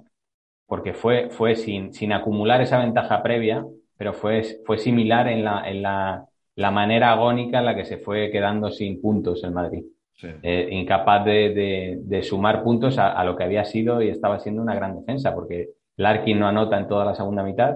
porque fue, fue sin, sin acumular esa ventaja previa, pero fue, fue similar en, la, en la, la manera agónica en la que se fue quedando sin puntos el Madrid. Sí. Eh, incapaz de, de, de, sumar puntos a, a lo que había sido y estaba siendo una gran defensa, porque Larkin no anota en toda la segunda mitad.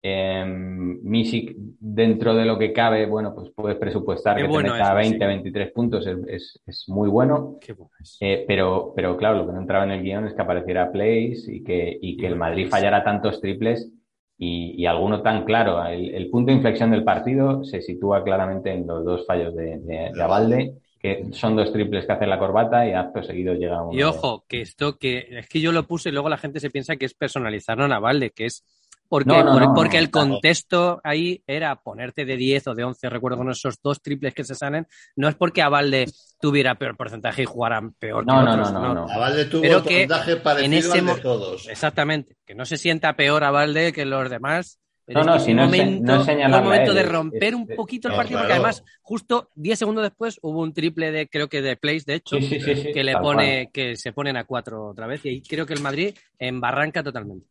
Eh, Misic, dentro de lo que cabe, bueno, pues puedes presupuestar Qué que bueno te meta es, 20, sí. 23 puntos, es, es, es muy bueno. Qué bueno es. Eh, pero, pero claro, lo que no entraba en el guión es que apareciera Place y que, y que el Madrid fallara tantos triples y, y alguno tan claro. El, el, punto de inflexión del partido se sitúa claramente en los dos fallos de, de, de Avalde que son dos triples que hace la corbata y acto seguido llega uno. Y ojo, que esto que es que yo lo puse y luego la gente se piensa que es personalizar a Navalde, que es porque, No, no, por- no, porque no, el contexto ahí era ponerte de 10 o de 11, recuerdo con esos dos triples que se salen, no es porque Avalde tuviera peor porcentaje y jugara peor No, que no, otros, no, no, no. Avalde tuvo Pero un que porcentaje parecido ese al de mo- todos. Exactamente, que no se sienta peor Avalde que los demás. Pero No, no, es que si fue no un es- no momento, es fue un señalarle a momento él, de es- romper es- un es- poquito el no, partido, porque claro. además, justo 10 segundos después hubo un triple de, creo que de Place, de hecho, Sí, sí, sí, sí, que le tal cual. pone, que se ponen a cuatro otra vez, y ahí creo que el Madrid embarranca totalmente.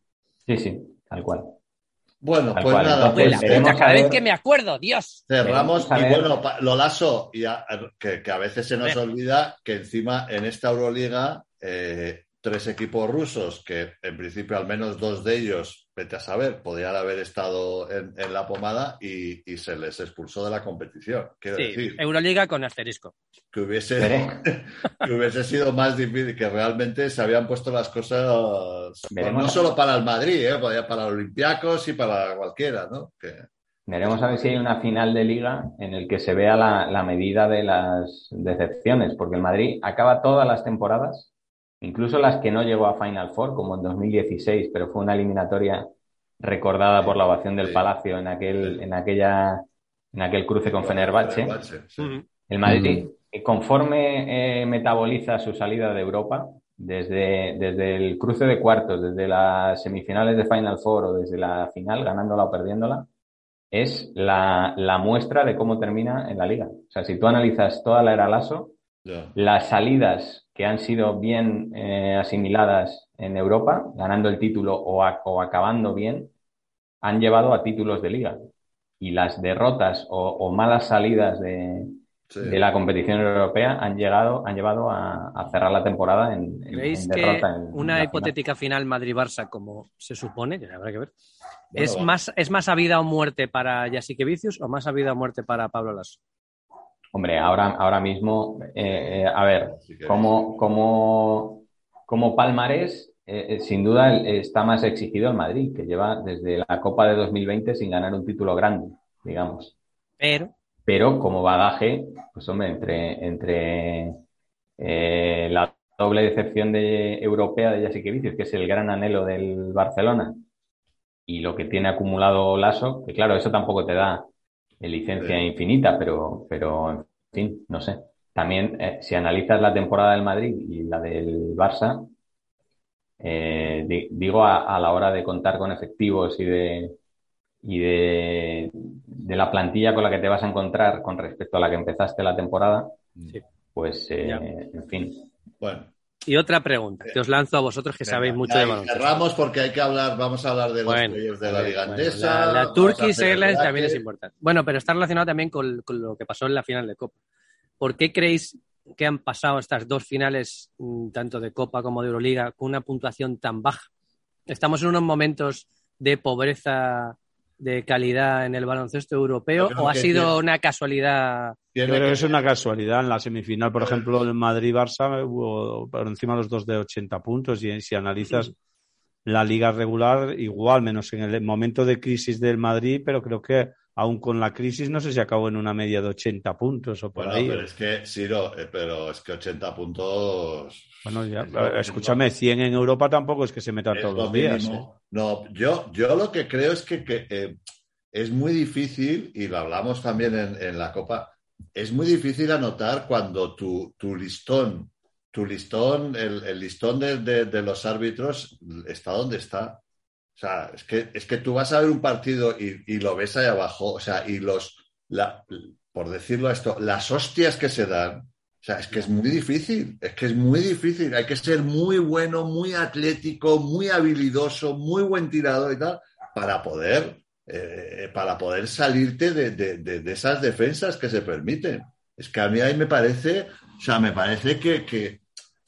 Sí, sí, tal cual. Bueno, Tal pues cual, nada, entonces, pues Vuela, veremos puta, cerramos- a cada ver- vez que me acuerdo, Dios. cerramos. veremos a Y ver. bueno, pa- Lolaso, y a- que, que a veces se nos Ver. olvida que encima en esta Euroliga, eh, tres equipos rusos, que en principio al menos dos de ellos, vete a saber, podrían haber estado en, en la pomada y, y se les expulsó de la competición. Quiero Sí, Eh, decir, Euroliga con asterisco. que hubiese... Vere- que hubiese sido más difícil, que realmente se habían puesto las cosas pues, Veremos. no solo para el Madrid, ¿eh? Podía para los Olympiacos y para cualquiera, ¿no? Que- Veremos a ver si hay una final de liga en el que se vea la, la medida de las decepciones, porque el Madrid acaba todas las temporadas, incluso las que no llegó a Final Four, como en 2016, pero fue una eliminatoria recordada por la ovación del Sí. Palacio en aquel, en aquella, en aquel cruce con Fenerbahce. sí. El Madrid, eh, conforme eh, metaboliza su salida de Europa, desde, desde el cruce de cuartos, desde las semifinales de Final Four o desde la final, ganándola o perdiéndola, es la, la muestra de cómo termina en la liga. O sea, si tú analizas toda la era Lasso, Ya. las salidas que han sido bien eh, asimiladas en Europa, ganando el título o, a- o acabando bien, han llevado a títulos de liga. Y las derrotas o- o malas salidas de, Sí. de la competición europea han llegado, han llevado a, a cerrar la temporada en, en- ¿Creéis en que derrota. en- en una la hipotética final Madrid-Barça, como se supone, que habrá que ver, Bueno, es, va. más, ¿es más a vida o muerte para Jasique Vicius o más a vida o muerte para Pablo Lasso? final. Hombre, ahora, ahora mismo, eh, eh, a ver, Así que- como, como, como palmarés, eh, eh, sin duda el- está más exigido el Madrid, que lleva desde la Copa de 2020 sin ganar un título grande, digamos. Pero pero como bagaje, pues hombre, entre, entre eh, la doble decepción de, europea de Jessica Vicius, que es el gran anhelo del Barcelona, y lo que tiene acumulado Lasso, que claro, eso tampoco te da eh, licencia Sí. infinita, pero, pero en fin, no sé. También, eh, si analizas la temporada del Madrid y la del Barça, eh, di- digo a, a la hora de contar con efectivos y de, y de, de la plantilla con la que te vas a encontrar con respecto a la que empezaste la temporada, Sí. pues, eh, Ya. en fin. Mm. Bueno, Y otra pregunta que os lanzo a vosotros que venga, sabéis mucho ya de y baloncesto. cerramos porque hay que hablar, vamos a hablar de los Bueno, players de la Bueno, Liga la- Andesa, la, vamos a Turkish hacer el Airlines también es bracket. importante. Bueno, pero está relacionado también con, con lo que pasó en la final de Copa. ¿Por qué creéis que han pasado estas dos finales, mm, tanto de Copa como de Euroliga, con una puntuación tan baja? ¿Estamos en unos momentos de pobreza de calidad en el baloncesto europeo Yo creo o ha que sido tiene- una casualidad? Tiene Pero que- es una casualidad. En la semifinal, por ejemplo, el Madrid-Barça hubo por encima los dos de 80 puntos. Y si analizas la liga regular, igual, menos en el momento de crisis del Madrid, pero creo que aún con la crisis no sé si acabó en una media de 80 puntos o por Bueno, ahí. pero es que, Siro, eh, pero es que 80 puntos Bueno, ya, es lo- escúchame, 100 en Europa tampoco es que se metan Es todos lo los días. ¿eh? mínimo. No, yo, yo lo que creo es que, que, eh, es muy difícil, y lo hablamos también en, en la Copa, es muy difícil anotar cuando tu, tu listón, tu listón, el, el listón de, de- de los árbitros está donde está. O sea, es que, es que tú vas a ver un partido y, y lo ves ahí abajo, o sea, y los, la- por decirlo esto, las hostias que se dan, o sea, es que es muy difícil, es que es muy difícil. Hay que ser muy bueno, muy atlético, muy habilidoso, muy buen tirador y tal, para poder, eh, para poder salirte de, de- de- de esas defensas que se permiten. Es que a mí ahí me parece, o sea, me parece que, que-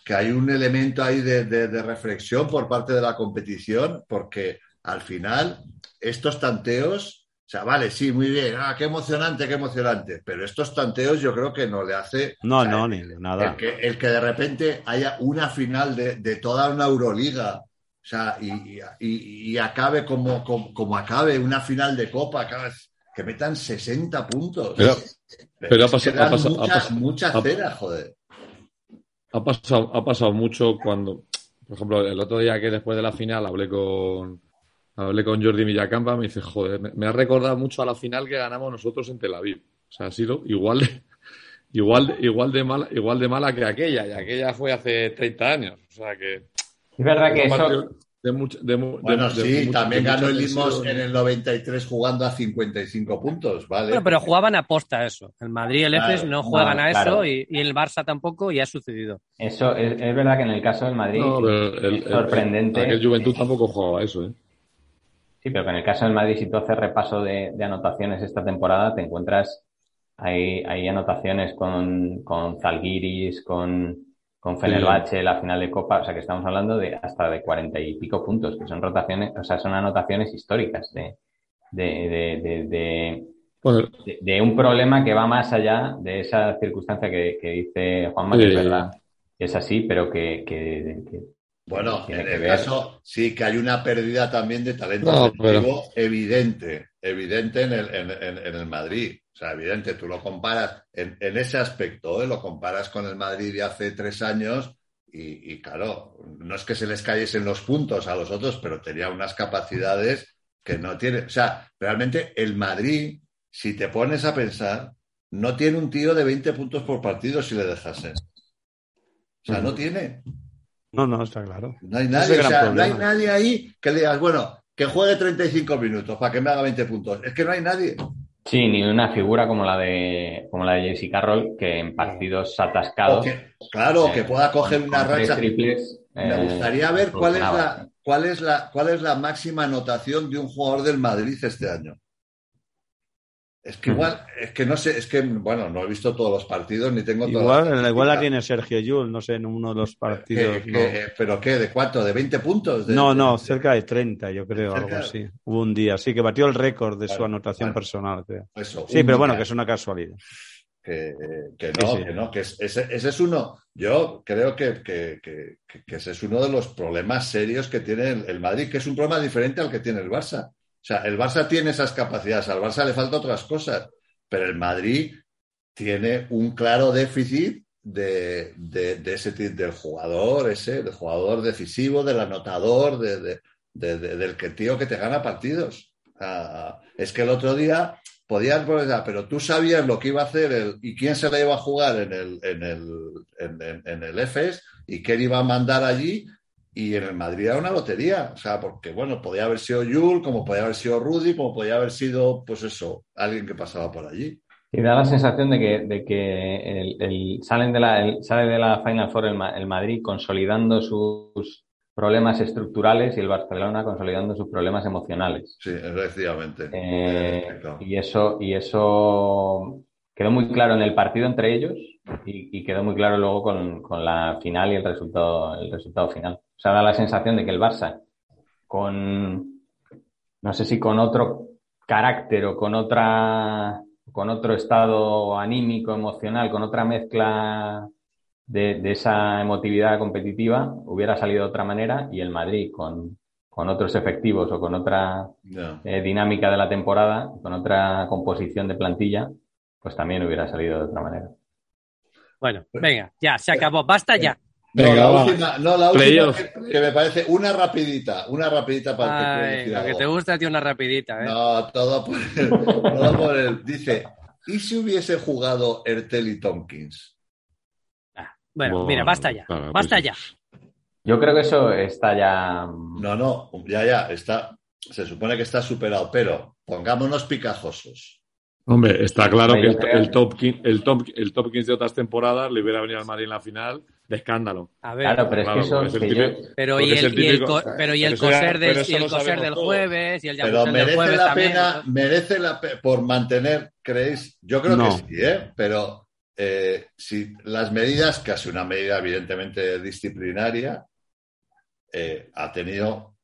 que hay un elemento ahí de, de- de reflexión por parte de la competición, porque al final estos tanteos, o sea, vale, sí, muy bien, ah, qué emocionante, qué emocionante, pero estos tanteos yo creo que no le hace... o No, sea, no, ni ni nada. el que, el que de repente haya una final de, de toda una Euroliga, o sea, y, y- y- y acabe como, como, como acabe una final de Copa, acabas- que metan 60 puntos. Pero, Pero ha Es que pasado- dan ha pasado- ha mucha, pasado- mucha ha- cera, joder. Ha pasado, ha pasado mucho cuando, por ejemplo, el otro día que después de la final hablé con hablé con Jordi Villacampa, me dice, joder, me, me ha recordado mucho a la final que ganamos nosotros en Tel Aviv. O sea, ha sido igual de, igual, de- igual de mala, igual de mala que aquella, y aquella fue hace 30 años. O sea que Es verdad que un eso, partido de mucho- de mu- de- Bueno, de sí, mucho- también de ganó mucha el Limos tensión. en el 93 jugando a 55 puntos, ¿vale? Bueno, pero jugaban a posta a eso. El Madrid y el Efes Claro, no juegan no, a eso claro. y, y el Barça tampoco y ha sucedido. eso es, es verdad que en el caso del Madrid No, pero el- es el- sorprendente. Aquel Juventud tampoco jugaba eso, ¿eh? Sí, pero que en el caso del Madrid, si tú haces repaso de, de anotaciones esta temporada, te encuentras hay, hay anotaciones con, con Zalgiris, con, con Fenerbahce, la final de Copa, o sea que estamos hablando de hasta de cuarenta y pico puntos, que son rotaciones, o sea, son anotaciones históricas de, de, de, de- de- Bueno, de- de un problema que va más allá de esa circunstancia que, que dice Juanma, que es Sí. verdad, que es así, pero que, que- que- Bueno, Tiene en que el ver. caso sí que hay una pérdida también de talento No, ofensivo evidente, evidente en el, en- en- en el Madrid. O sea, evidente, tú lo comparas en, en ese aspecto, ¿eh? lo comparas con el Madrid de hace tres años y, y, claro, no es que se les cayesen los puntos a los otros, pero tenía unas capacidades que no tiene. O sea, realmente el Madrid, si te pones a pensar, no tiene un tiro de 20 puntos por partido si le dejasen. O sea, no tiene. No, no, está claro. No hay Ese nadie, gran o sea, no problema. hay nadie ahí que le digas, bueno, que juegue 35 minutos para que me haga 20 puntos. Es que no hay nadie. Sí, ni una figura como la de como la de Jesse Carroll, que en partidos O atascados, que- claro, Eh, que pueda coger una con tres racha. triples, Me eh, gustaría ver pues cuál es funcionaba. la cuál es la cuál es la máxima anotación de un jugador del Madrid este año. Es Hmm. que igual, es que no sé, es que bueno, no he visto todos los partidos ni tengo todas las Igual, igual la estadísticas. tiene Sergio Yul, no sé, en uno de los partidos. Que- ¿no? que- ¿Pero qué? ¿De cuánto? ¿De 20 puntos? De- No, no, de- cerca de 30, yo creo, algo Cerca. así. Hubo un día, sí, que batió el récord de su Claro, anotación claro. personal, creo. eso, Sí, un pero bueno, día. que es una casualidad. que, que no, Sí, sí. que no, que es- ese, ese es uno. Yo creo que, que- que- que- que ese es uno de los problemas serios que tiene el, el Madrid, que es un problema diferente al que tiene el Barça. O sea, el Barça tiene esas capacidades, al Barça le faltan otras cosas, pero el Madrid tiene un claro déficit de, de- de ese tipo del jugador, ese, del jugador decisivo, del anotador, de- de- de- de- del que tío que te gana partidos. Ah, es que el otro día podías progresar, pero tú sabías lo que iba a hacer el, y quién se la iba a jugar en el, en el, en, en- en el EFES y quién iba a mandar allí. Y en el Madrid era una lotería, o sea, porque bueno, podía haber sido Yul, como podía haber sido Rudy, como podía haber sido, pues eso, alguien que pasaba por allí. Y da la sensación de que, de que el, el- salen de la, el- sale de la Final Four el, Ma- el Madrid consolidando sus problemas estructurales y el Barcelona consolidando sus problemas emocionales. Sí, efectivamente. Eh, Perfecto. y eso, y eso quedó muy claro en el partido entre ellos y, y quedó muy claro luego con, con la final y el resultado, el resultado final. O sea, da la sensación de que el Barça, con no sé si con otro carácter o con otra, con otro estado anímico, emocional, con otra mezcla de, de esa emotividad competitiva, hubiera salido de otra manera y el Madrid con, con otros efectivos o con otra No. eh, dinámica de la temporada, con otra composición de plantilla, pues también hubiera salido de otra manera. Bueno, venga, ya, se acabó. Basta ya. No, Venga, la va. última, no, la última Playoff. que, que me parece una rapidita, una rapidita para el que quiera Ay, decir lo que algo. te gusta, tío, una rapidita, ¿eh? pues, No, todo por el, todo por el- Dice, ¿y si hubiese jugado Ertel y Tompkins? Bueno, Bueno, mira, basta ya. claro, basta pues ya. Yo creo que eso está ya. mm, No, no, ya, ya, está, se supone que está superado, pero pongámonos picajosos. Hombre, está claro Hombre, que yo el, creo el que- top 15, el, top, el top 15 de otras temporadas le hubiera venido al Madrid en la final de escándalo. A ver, Claro, pero es Claro, que eso. es el que yo- típico- pero porque y es el, el y el típico- co- pero y el pero eso ya- coser, del- pero eso y el lo coser sabemos del todos. jueves y pues el Pero Yabusel del merece jueves la también. pena, merece la pena por mantener, ¿creéis? Yo creo No. que sí, ¿eh? Pero eh, si las medidas, casi una medida evidentemente disciplinaria, eh, ha tenido,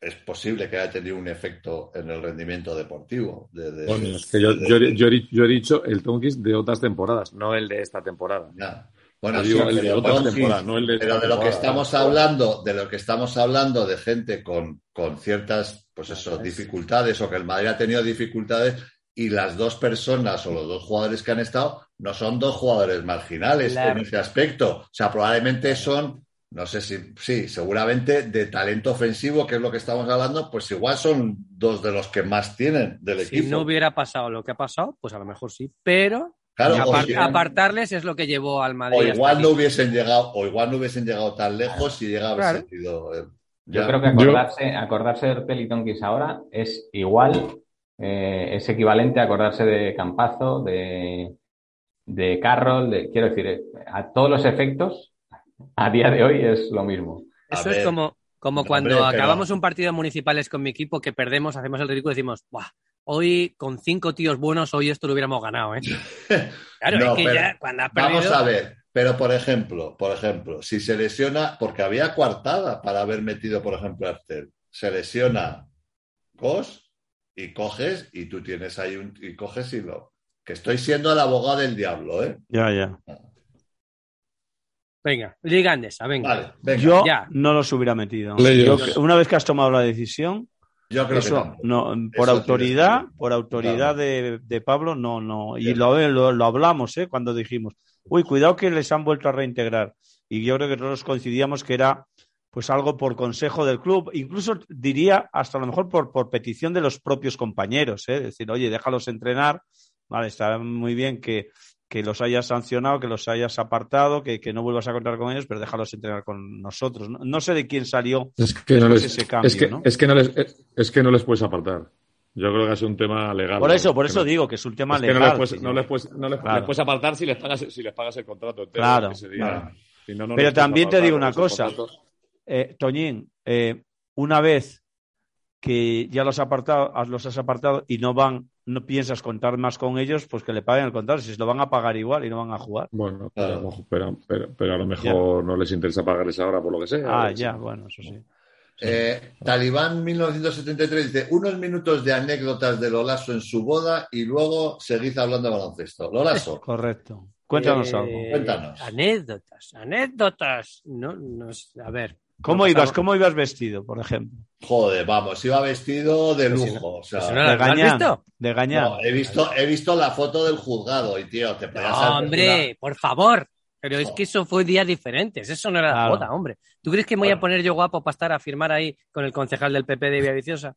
es posible que haya tenido un efecto en el rendimiento deportivo. de- de- Bueno, es que yo, yo, yo he- yo he dicho el Tompkins de otras temporadas, no el de esta temporada. Ya. Bueno, Yo digo sí, el de pero otras Tompkins, temporadas, no el de esta Pero de lo que temporada. estamos hablando, de lo que estamos hablando de gente con, con ciertas, pues eso, dificultades, o que el Madrid ha tenido dificultades, y las dos personas o los dos jugadores que han estado no son dos jugadores marginales Claro. en ese aspecto. O sea, probablemente son, no sé si, sí, seguramente de talento ofensivo, que es lo que estamos hablando, pues igual son dos de los que más tienen del Si equipo. no hubiera pasado lo que ha pasado, pues a lo mejor sí. Pero Claro, o apar- si- apartarles es lo que llevó al Madrid. o hasta igual aquí. no hubiesen llegado, o igual no hubiesen llegado tan lejos si llega a haber Claro. sentido. eh, Yo ya. creo que Yo- acordarse, acordarse de Ortel y Tonkins ahora es igual, eh, es equivalente a acordarse de Campazo, de, de Carroll, de, quiero decir, eh, a todos los efectos, a día de hoy es lo mismo. A Eso es ver. como, como Hombre, cuando pero- acabamos un partido de municipales con mi equipo que perdemos, hacemos el ridículo y decimos, "Buah, hoy con cinco tíos buenos, hoy esto lo hubiéramos ganado, ¿eh?". Claro, No, es que pero ya cuando has perdido... Vamos a ver, pero por ejemplo, por ejemplo, si se lesiona, porque había coartada para haber metido, por ejemplo, a Artel, se lesiona Cos y coges y tú tienes ahí un y coges y lo. Que estoy siendo el abogado del diablo, ¿eh? Ya, ya. Venga, Liga Andesa, venga. Vale, venga. Yo, Yo Ya. no los hubiera metido. Playoffs. Yo- una vez que has tomado la decisión, creo que Eso, tampoco. no, por Eso autoridad, tiene- por autoridad de, de Pablo, no, no. Y Claro. lo, lo- lo hablamos, ¿eh? Cuando dijimos, uy, cuidado que les han vuelto a reintegrar. Y yo creo que todos coincidíamos que era, pues, algo por consejo del club. Incluso diría, hasta a lo mejor por, por petición de los propios compañeros, ¿eh? Decir, oye, déjalos entrenar. Vale, está muy bien que, que los hayas sancionado, que los hayas apartado, que, que no vuelvas a contar con ellos, pero déjalos entrenar con nosotros. No, No sé de quién salió. Es que no Pues les, ese cambio, es que, ¿no? es que no les, es, es que no les puedes apartar. Yo creo que es un tema legal. Por eso, por Que eso no- digo que es un tema es que legal. no les puedes, que no yo- les puedes, no les, Claro. les puedes apartar si les pagas, si les pagas el contrato entero Claro. ese día. Claro. Si no, Pero no les puedes también te apartar digo con una esos cosa. contratos. Eh, Toñín, eh, una vez que ya los, has apartado, has- los has apartado y no van, no piensas contar más con ellos, pues que le paguen el contrato. Si se lo van a pagar igual y no van a jugar. Bueno, Claro. pero, a lo mejor- pero, pero- pero a lo mejor no les interesa pagarles ahora por lo que sea. Ah, Yo qué ya, sé. bueno, eso sí. Eh, Talibán 1973 dice unos minutos de anécdotas de Lolaso en su boda y luego seguís hablando de baloncesto. Lolaso, Correcto. Cuéntanos Eh, algo. Cuéntanos. Anécdotas, anécdotas. No, no sé, a ver. ¿Cómo no ibas, pasaba- ¿Cómo ibas vestido, por ejemplo? joder, vamos, iba vestido de Pues si lujo. o sea, Pues no, ¿De ¿lo has gañán? visto? ¿De gañán? No, he visto, he visto la foto del juzgado y tío, te podías haber No, hombre, por favor. Pero es Joder. que eso fue días diferentes. Eso no era la Claro. boda, hombre. ¿Tú crees que me voy a Bueno. poner yo guapo para estar a firmar ahí con el concejal del PP de Villaviciosa?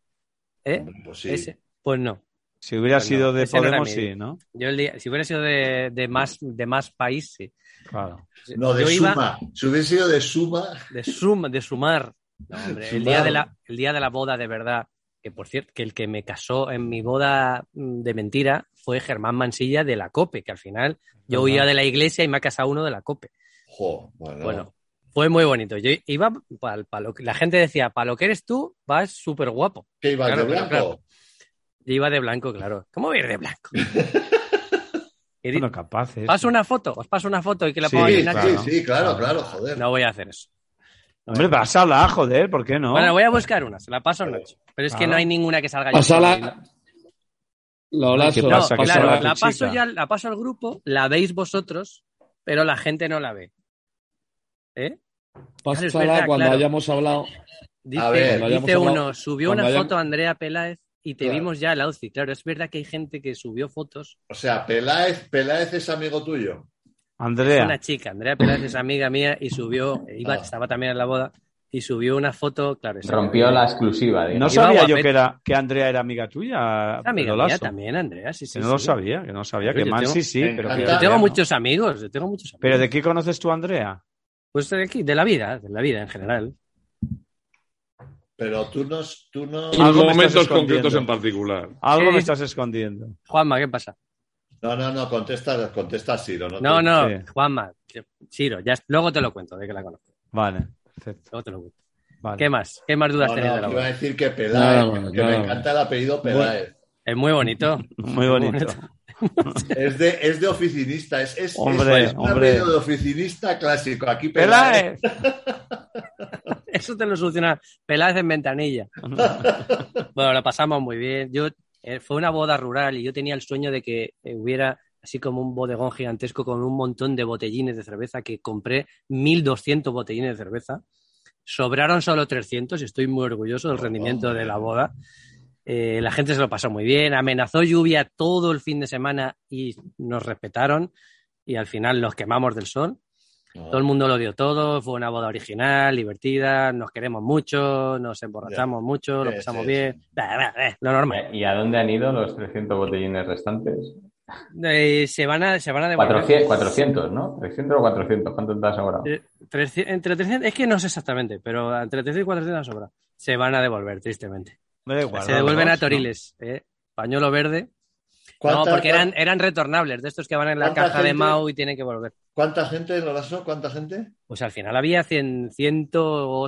¿Eh? Hombre, Pues sí. Ese- Pues no. Si hubiera Bueno, sido de ese no era Podemos, mi- sí, ¿no? Yo el día- si hubiera sido de, de más, de más país, sí. Claro. No, de yo iba suma. Si hubiese sido de suma, de, sum, de sumar. No, hombre, el, día Sumar. de la, el día de la boda, de verdad, que por cierto, que el que me casó en mi boda mm, de mentira fue Germán Mansilla de la COPE, que al final yo Ajá. huía de la iglesia y me ha casado uno de la COPE. jo, bueno. Bueno, fue muy bonito. Yo iba para lo que la gente decía, para lo que eres tú, vas súper guapo. ¿Qué ibas claro, de blanco? claro, Yo iba de blanco, claro. ¿Cómo voy a ir de blanco? Y di- Bueno, capaces. paso una foto, os paso una foto y que la Sí, pongo Sí, aquí sí, en claro. Nacho. sí, claro, claro, joder. No voy a hacer eso. Hombre, pásala, joder, ¿por qué no? Eh, Bueno, voy a buscar una, se la paso a Nacho. Pero es que Claro. no hay ninguna que salga yo. Pásala. Lo Ay, ¿qué lazo. No, pasa? que claro, salga tu la paso chica. ya, la paso al grupo, la veis vosotros, pero la gente no la ve. ¿Eh? Claro, es verdad, cuando claro. hayamos hablado. Dice, A ver, dice lo hayamos uno, hablado- subió cuando una hayamos- foto Andrea Peláez y te Claro. vimos ya la UCI. Claro, es verdad que hay gente que subió fotos. O sea, Peláez, Peláez es amigo tuyo. Andrea. Una chica, Andrea Peláez es amiga mía y subió, iba, Ah. estaba también en la boda, y subió una foto, claro. esa- Rompió la exclusiva, No digamos. Iba sabía yo guapete. que, era, que Andrea era amiga tuya. Es Amiga Lolaso. mía también, Andrea, sí, sí. Que no sí. lo sabía, que no sabía. Yo Que tengo- Mansi sí, me pero encanta. que Yo Yo Andrea tengo no. muchos amigos, yo tengo muchos amigos. ¿Pero de qué conoces tú, Andrea? Pues de aquí, de la vida, de la vida en general. Pero tú no. Tú no... Ah. Algo me estás momentos escondiendo. concretos en particular. Algo Sí. me estás escondiendo. Juanma, ¿qué pasa? no, no, no, contesta, contesta Siro. No, No, tú. no, Sí. Juanma, Chiro, ya, luego te lo cuento, de que la conozco. Vale, perfecto. Luego te lo cuento. vale. ¿Qué más? ¿Qué más dudas No, tenéis de la no, iba a boda? decir que Peláez, Nada más, que nada me más. encanta el apellido Peláez. Es muy bonito. Muy bonito. Es, de, es de oficinista, es, es, Hombre, es, es un hombre. apellido de oficinista clásico. Aquí Peláez. ¡Peláez! Eso te lo soluciona Peláez en Ventanilla. Bueno, lo pasamos muy bien. Yo eh, fue una boda rural y yo tenía el sueño de que eh, hubiera así como un bodegón gigantesco con un montón de botellines de cerveza que compré 1200 botellines de cerveza. Sobraron solo 300 y estoy muy orgulloso del rendimiento de la boda. Eh, la gente se lo pasó muy bien, amenazó lluvia todo el fin de semana y nos respetaron y al final los quemamos del sol. Todo el mundo lo dio todo, fue una boda original, divertida, nos queremos mucho, nos emborrachamos mucho, lo Sí, pasamos sí, bien, Bah, bah, bah, lo normal. ¿Y a dónde han ido los 300 botellines restantes? Eh, se van a, se van a devolver. 400, 400, ¿no? 300 o 400, ¿cuánto te has ahora? Eh, 300 entre 300, es que no sé exactamente, pero entre 300 y 400 sobra. Se van a devolver, tristemente. Me da igual, se no, devuelven no, a Toriles, eh, pañuelo verde. No, ¿Cuánta- porque eran, eran retornables, de estos que van en la ¿Cuánta caja de gente? Mao y tienen que volver. ¿Cuánta gente, Lolaso? ¿Cuánta gente? Pues al final había 100, 100,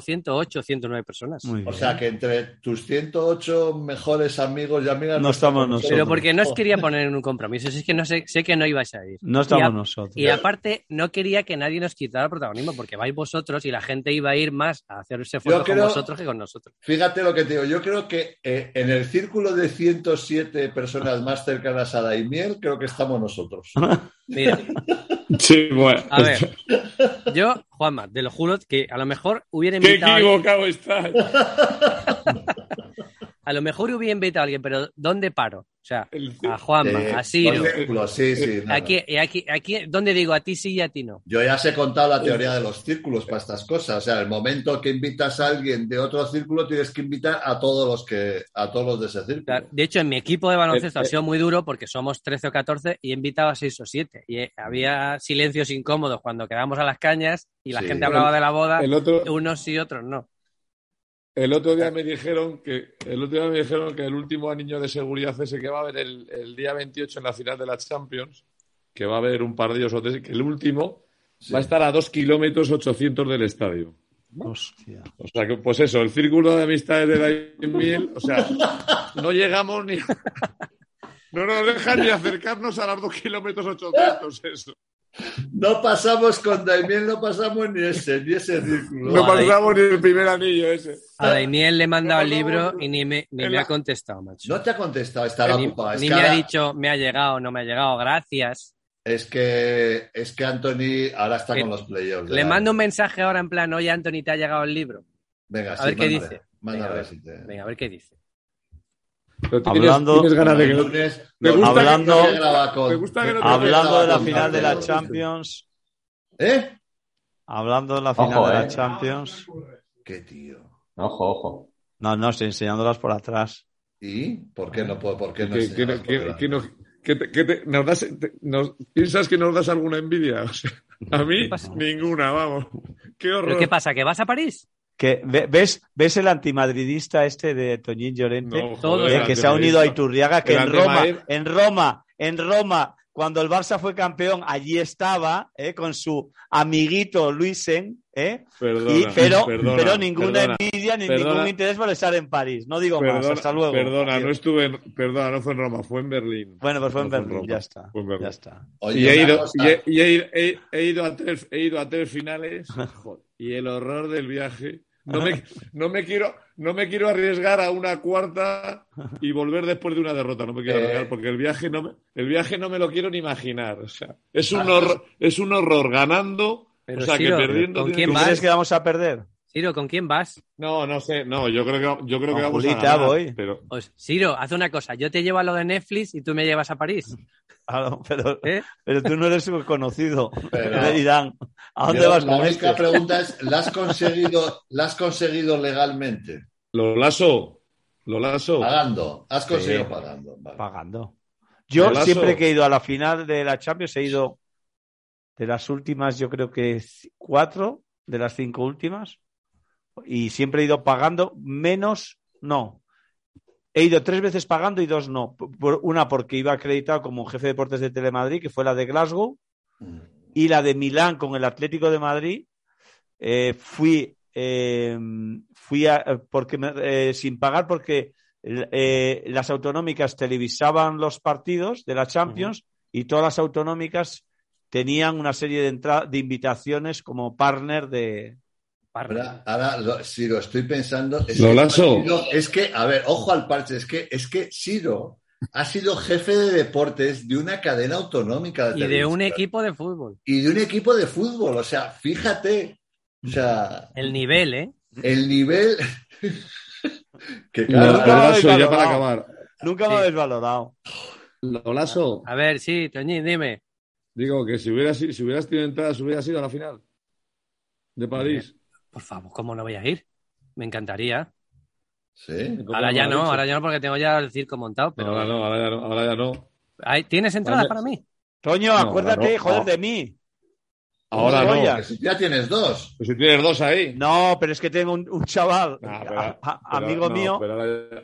108, 109 personas. no. Muy O bien. sea, que entre tus 108 mejores amigos y amigas... No estamos Pero nosotros. porque no os Oh. quería poner en un compromiso, si es que no sé, sé que no ibais a ir. No estamos Y a- nosotros. Y aparte, no quería que nadie nos quitara el protagonismo, porque vais vosotros y la gente iba a ir más a hacerse fotos con creo- vosotros que con nosotros. Fíjate lo que te digo. Yo creo que eh, en el círculo de 107 personas más cercanas a Daimiel, creo que estamos nosotros. Mira, Sí, bueno. a ver, yo, Juanma, te lo juro que a lo mejor hubiera Qué invitado, a alguien- equivocado estás. a lo mejor hubiera invitado a alguien, pero ¿dónde paro? O sea, El- a Juanma, Eh, a Ciro, los círculos, sí, sí. no, no. Eh, aquí, aquí, aquí, ¿dónde digo a ti sí y a ti no? Yo ya os he contado la teoría de los círculos para estas cosas. O sea, el momento que invitas a alguien de otro círculo, tienes que invitar a todos los que, a todos los de ese O sea, círculo. De hecho, en mi equipo de baloncesto Eh, ha eh. sido muy duro porque somos 13 o 14 y he invitado a 6 o 7. Y eh, había silencios incómodos cuando quedábamos a las cañas y la Sí. gente hablaba de la boda, El otro, unos sí, otros no. El otro día me dijeron que el otro día me dijeron que el último niño de seguridad ese que va a haber el, el día 28 en la final de la Champions, que va a haber un par de ellos o tres, que el último Sí. va a estar a 2 kilómetros 800 del estadio. Hostia. O sea que, pues eso, el círculo de amistades de Daimiel, o sea, no llegamos ni. No nos dejan ni acercarnos a los 2 kilómetros 800, eso. No pasamos con Daimiel, no pasamos ni ese, ni ese círculo. No pasamos ni el primer anillo ese. A Daimiel le he mandado el no, libro no, no. y ni me, ni En me la- ha contestado, macho. No te ha contestado, estará ni ocupado. Es ni que me ha ahora- dicho, me ha llegado, no me ha llegado, gracias. Es que, es que Anthony ahora está Le- con los playoffs. de Eh, Le la- mando un mensaje ahora en plan, oye Anthony, ¿te ha llegado el libro? Venga, a sí, ver qué mándale, dice. mándale, Venga, a ver. si te- Venga, a ver qué dice. Pero tú Hablando- tienes, tienes ganas de que Los no- lunes- Me los gusta lunes que- no se graba con- me gusta que no te- Hablando de la con- final de la ¿Eh? Champions. ¿Eh? Hablando de la final Ojo, de la eh. Champions. Qué tío. Ojo, ojo. No, no, estoy enseñándolas por atrás. ¿Y por qué no puedo? ¿Por qué no ¿Qué- sé? Ah, qué- Por qué- qué qué no- nos- qué te- qué te- nos das- te- nos- ¿Piensas que nos das alguna envidia? O sea, a mí, pasa? ninguna, vamos. Qué ¿Pero horror. qué pasa? ¿Que vas a París? Que, ve- ¿ves, ¿Ves el antimadridista este de Toñín Llorente? No, Todo Eh, joder, que se ha unido a Iturriaga, que El en Roma, antimadrid- en Roma, en Roma, cuando el Barça fue campeón, allí estaba eh, con su amiguito Luisen, eh, Perdona, y, pero, perdona, pero ninguna perdona, envidia ni perdona. ningún interés por estar en París. No digo más, perdona, hasta luego. Perdona, Adiós. no estuve en, perdona, no fue en Roma, fue en Berlín. Bueno, pues fue en no fue en Berlín, Roma, ya está. fue en Berlín. Ya está. Oye, Y he una ido, cosa, y he, y he ido- he- he ido a tres, he ido a tres finales joder, y el horror del viaje. No me, no, me quiero, no me quiero arriesgar a una cuarta y volver después de una derrota. No me quiero Eh. arriesgar porque el viaje no me, el viaje no me lo quiero ni imaginar. O sea, es, un Ah, horror, es un horror ganando. Pero, o sea, Siro, que perdiendo. ¿con tienes quién ¿Tú que- vas? crees que vamos a perder? Ciro, ¿con quién vas? No, no sé. No, yo creo que, yo creo Con que vamos Julita a ganar, voy. Pero, Pues, Ciro, haz una cosa, yo te llevo a lo de Netflix y tú me llevas a París. Ah, no, pero, ¿eh? pero tú no eres un conocido. Pero- Te dirán, ¿a dónde yo- vas La con única este? pregunta es, ¿la has conseguido, la has conseguido legalmente? lo lazo. Lo lazo. Ah, Pagando. Has Sí. conseguido pagando. vale. Pagando. Yo Golazo. siempre que he ido a la final de la Champions he ido de las últimas, yo creo que c- cuatro de las cinco últimas, y siempre he ido pagando menos, no. He ido tres veces pagando y dos no. Por- por- una porque iba acreditado como jefe de deportes de Telemadrid, que fue la de Glasgow, Mm. y la de Milán con el Atlético de Madrid. eh, fui eh, fui a- porque me- eh, sin pagar porque eh, las autonómicas televisaban los partidos de la Champions y todas las autonómicas tenían una serie de, entra- de invitaciones como partner de... Ahora, ahora lo- Ciro, estoy pensando. Es Lo que, lazo. Ciro- es que, a ver, ojo al parche, es que, es que Ciro ha sido jefe de deportes de una cadena autonómica de Y de un televisión. equipo de fútbol. y de un equipo de fútbol. O sea, fíjate. O sea, El nivel, ¿eh? el nivel. Que claro, Nunca Pero lo he Lasso, ya para valorado. acabar. Nunca me Sí. habéis valorado. Lo Lasso, A ver, sí, Toñín, dime. digo que si hubieras, si hubieras tenido entradas, hubieras ido a la final de París. Por favor, ¿cómo no voy a ir? Me encantaría. sí. Eh, Ahora ya Pues no, ahora ya no, porque tengo ya el circo montado. Pero Pero ahora no, ahora ya no. Ahora ya no. Ay, ¿Tienes entradas Vale. para mí? Toño, No, acuérdate, claro, joder, no. de mí. Ahora no. Joya. Pero Porque si ya tienes dos. Si tienes dos ahí. No, pero es que tengo un, un chaval, No, a- Ah, pero- a- a- Pero- amigo no, mío. pero ahora, ya,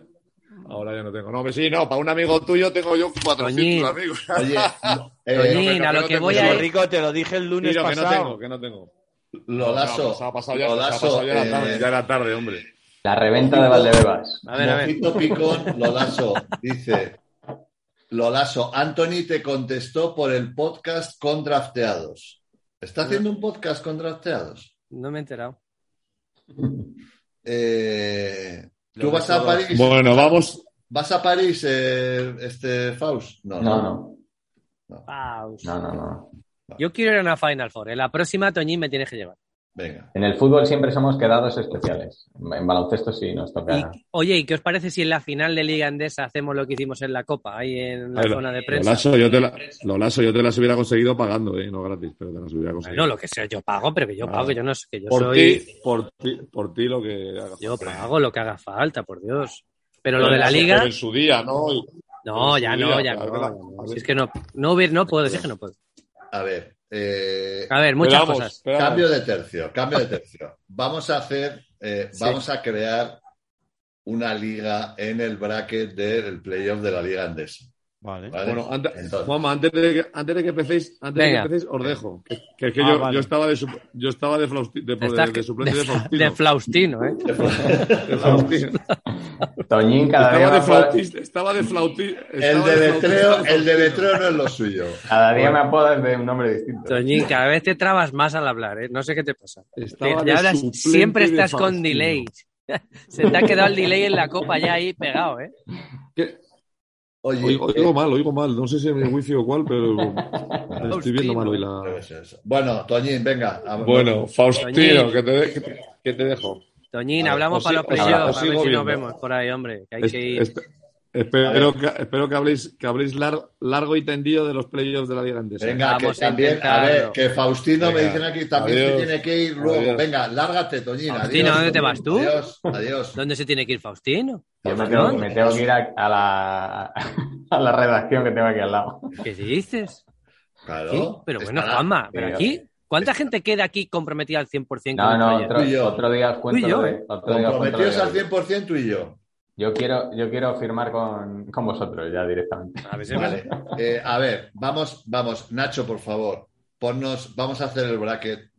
ahora ya no tengo. No, pero sí, no, para un amigo tuyo tengo yo 400 Toñín. amigos. Oye, no, eh, Toñín, no, a lo pero no que tengo voy yo a Lo ahí. ir. rico te lo dije el lunes Tío, que no pasado. tengo, que no tengo. Lolazo. No, ha pasado ya, se ha Lolazo. pasado ya la tarde, eh, ya era tarde, hombre. La reventa de Valdebebas. A ver, a ver. Mojito Picón, Lolazo, dice. Lolazo, Anthony te contestó por el podcast con drafteados. ¿Está haciendo un podcast con drafteados? No me he enterado. Eh, ¿Tú Lo vas a mejor. París? Bueno, vamos. ¿Vas a París, eh, este Faust? No, No, no, Paus. no, no, no. Yo quiero ir a una Final Four. ¿eh? La próxima, Toñín, me tienes que llevar. Venga. En el fútbol siempre somos quedados especiales. En baloncesto sí nos toca. Y- oye, ¿y qué os parece si en la final de Liga Andesa hacemos lo que hicimos en la Copa, ahí en la A ver, zona de prensa? Lolazo, yo te la, Lolazo, yo te las hubiera conseguido pagando, eh, no gratis, pero te las hubiera conseguido. No, lo que sea, yo pago, pero que yo Ah. pago, yo no sé, que yo por soy... ti, por ti, por ti lo que haga. Yo pago lo que haga falta, por Dios. Pero lo de la Liga... Pero en su día, ¿no? Y- No, ya no, ya A ver, no. la- ya no. a ver. Si es que no, no, hubiera- no puedo, decir que no puedo. A ver. eh, A ver, muchas Esperamos, cosas. esperamos. Cambio de tercio, cambio de tercio. Vamos a hacer, eh, Sí. vamos a crear una liga en el bracket del playoff de la Liga Andesa. Vale. ¿vale? Bueno, antes, Entonces, Juanma, antes de que, antes de que empecéis, antes de que Venga. empecéis, os dejo. Que, que es que Ah, yo, vale. yo estaba de, su- yo estaba de, Flausti- de, Estás de- que- de suplente de, Faustino. de Flaustino, ¿eh? De Faustino. Toñín cada Estaba de día, me apoda, flautista, estaba de flautista. el deletreo, el deletreo no es lo suyo. cada día me apodas de un nombre distinto. Toñín, cada vez te trabas más al hablar, ¿eh? No sé qué te pasa. Estaba Te- de ya hablas- suplente siempre de estás con Faustino. delay. Se te ha quedado el delay en la copa ya ahí pegado, ¿eh? Que- Oye, eh, Oigo, oigo mal, oigo mal. No sé si es mi wifi o cuál, pero estoy viendo mal hoy eh, la. es eso. Bueno, Toñín, venga. a- Bueno, Faustino, Toñín. que te, de- que te- que te dejo. Toñín, A ver, hablamos os para sigo- los playoffs, os a ver sigo si nos viendo. vemos por ahí, hombre. Que hay Es- que ir. es- Espero que, espero que habléis, que habléis lar- largo y tendido de los playoffs de la Liga Andesa. Venga, que Vamos a también, a, intentarlo. ver, que Faustino Venga, me dicen aquí también se adiós, tiene que ir luego. adiós. Venga, lárgate, Toñín. Faustino, adiós, ¿dónde te Toñín, vas tú? Adiós, adiós. ¿Dónde se tiene que ir Faustino? Yo me tengo, me tengo que ir a, a la, a la redacción que tengo aquí al lado. ¿Qué dices? Claro, ¿Sí? Pero bueno, estará- Juanma, pero Mira. aquí, ¿cuánta gente queda aquí comprometida al 100% con No, el no, proyecto? Tú y yo. otro, otro día os cuento. Tú y yo, lo de- eh. otro día os cuento lo Comprometidos de- al 100% tú y yo. Yo quiero, yo quiero firmar con, con vosotros ya directamente. A ver, si- Vale. Eh, a ver, vamos, vamos, Nacho, por favor, ponnos, vamos a hacer el bracket Eh,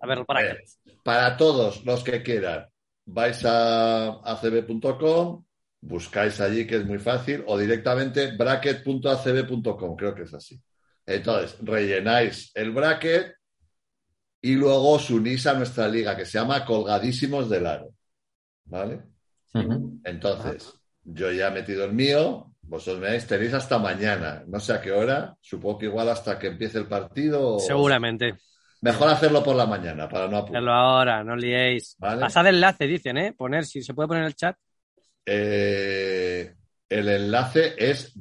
a ver, para qué. para todos los que quieran. Vais a acb.com, buscáis allí que es muy fácil, o directamente bracket.acb.com, creo que es así. Entonces, rellenáis el bracket y luego os unís a nuestra liga que se llama Colgadísimos del Aro. ¿Vale? Ujú. Entonces, yo ya he metido el mío, vosotros me dais, tenéis hasta mañana, no sé a qué hora, supongo que igual hasta que empiece el partido. o- Seguramente. Mejor hacerlo por la mañana, para no apurar. Hazlo ahora, no liéis. Vale. Pasad enlace, dicen, ¿eh? Poner, si se puede poner en el chat. Eh, el enlace es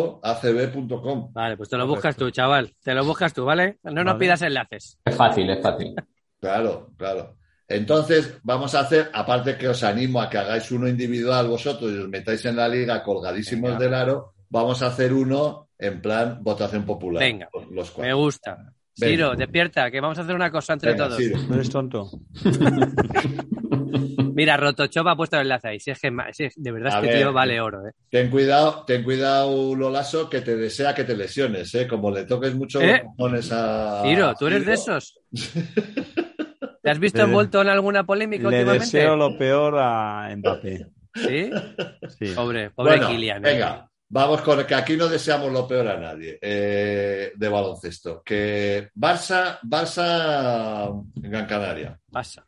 bracket.acb.com. Vale, pues te lo buscas tú, chaval. Te lo buscas tú, ¿vale? No nos Vale. pidas enlaces. Es fácil, es fácil. Claro, claro. Entonces, vamos a hacer, aparte que os animo a que hagáis uno individual vosotros y os metáis en la liga colgadísimos Venga. del aro, vamos a hacer uno en plan votación popular. Venga. Los Me cuatro. gusta. Venga. Ciro, despierta, que vamos a hacer una cosa entre Venga, todos. Ciro. No eres tonto. Mira, Rotochop ha puesto el enlace ahí. Si es que, ma- si es- de verdad A este ver. tío vale oro, ¿eh? Ten cuidado, ten cuidado, Lolaso, que te desea que te lesiones, ¿eh? Como le toques mucho ¿Eh? los cojones a. Ciro, ¿tú eres Ciro. de esos? ¿Te has visto Le- envuelto en alguna polémica Le últimamente? deseo lo peor a Mbappé. Sí. Sí. Pobre, pobre Bueno, Kylian. ¿eh? Venga, vamos con que aquí no deseamos lo peor a nadie eh, de baloncesto. Que Barça, Barça, Gran Canaria. Pasa.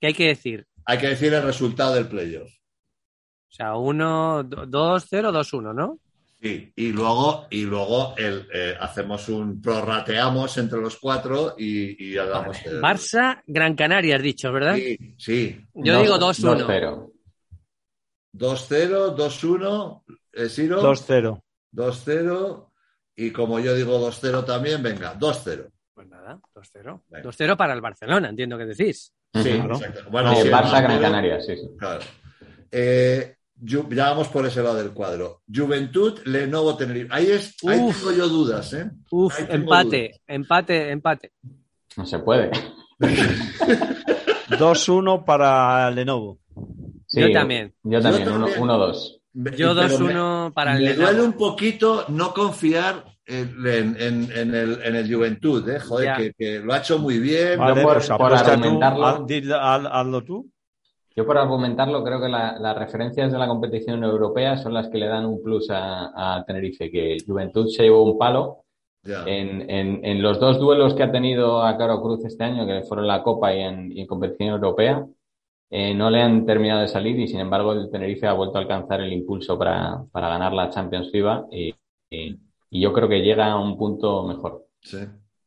¿Qué hay que decir? Hay que decir el resultado del playoff. O sea, 1, 2, 0, 2, 1, ¿no? Sí, y luego, y luego el, eh, hacemos un prorrateamos entre los cuatro y, y hagamos. el- Barça, Gran Canaria, has dicho, ¿verdad? Sí, sí. Yo Dos- digo 2-1. 2-0. 2-0, 2-1, eh, Siro. 2-0. 2-0. Y como yo digo 2-0 también, venga, 2-0. Pues nada, 2-0. Venga. 2-0 para el Barcelona, entiendo que decís. Sí, Claro. exacto. Eh, Bueno, sí, Barça, Gran pero- Canaria, sí, sí. Claro. Eh, Ju- ya vamos por ese lado del cuadro. Juventud, Lenovo, Tenerife. Ahí, es, ahí Uf. tengo yo dudas, ¿eh? Uf, Ahí tengo empate, empate, empate. No se puede. 2-1 para Lenovo. Sí, Yo también. Yo también, Yo también. 1-2. Me- Yo pero 2-1 me- para el Me duele Lenovo. un poquito no confiar en, en- en- en el, en el Juventud, ¿eh? Joder, Ya. que, que lo ha hecho muy bien. Vale, por- pues por apuesta tú, argumentarlo. haz- dilo- haz- hazlo tú. Yo por argumentarlo creo que la- las referencias de la competición europea son las que le dan un plus a, a Tenerife, que Juventud se llevó un palo Eh, Ya. en, en- en los dos duelos que ha tenido a Caro Cruz este año, que fueron la Copa y en, y en competición europea. eh, no le han terminado de salir y sin embargo el Tenerife ha vuelto a alcanzar el impulso para, para ganar la Champions FIBA y, y- y yo creo que llega a un punto mejor. Sí.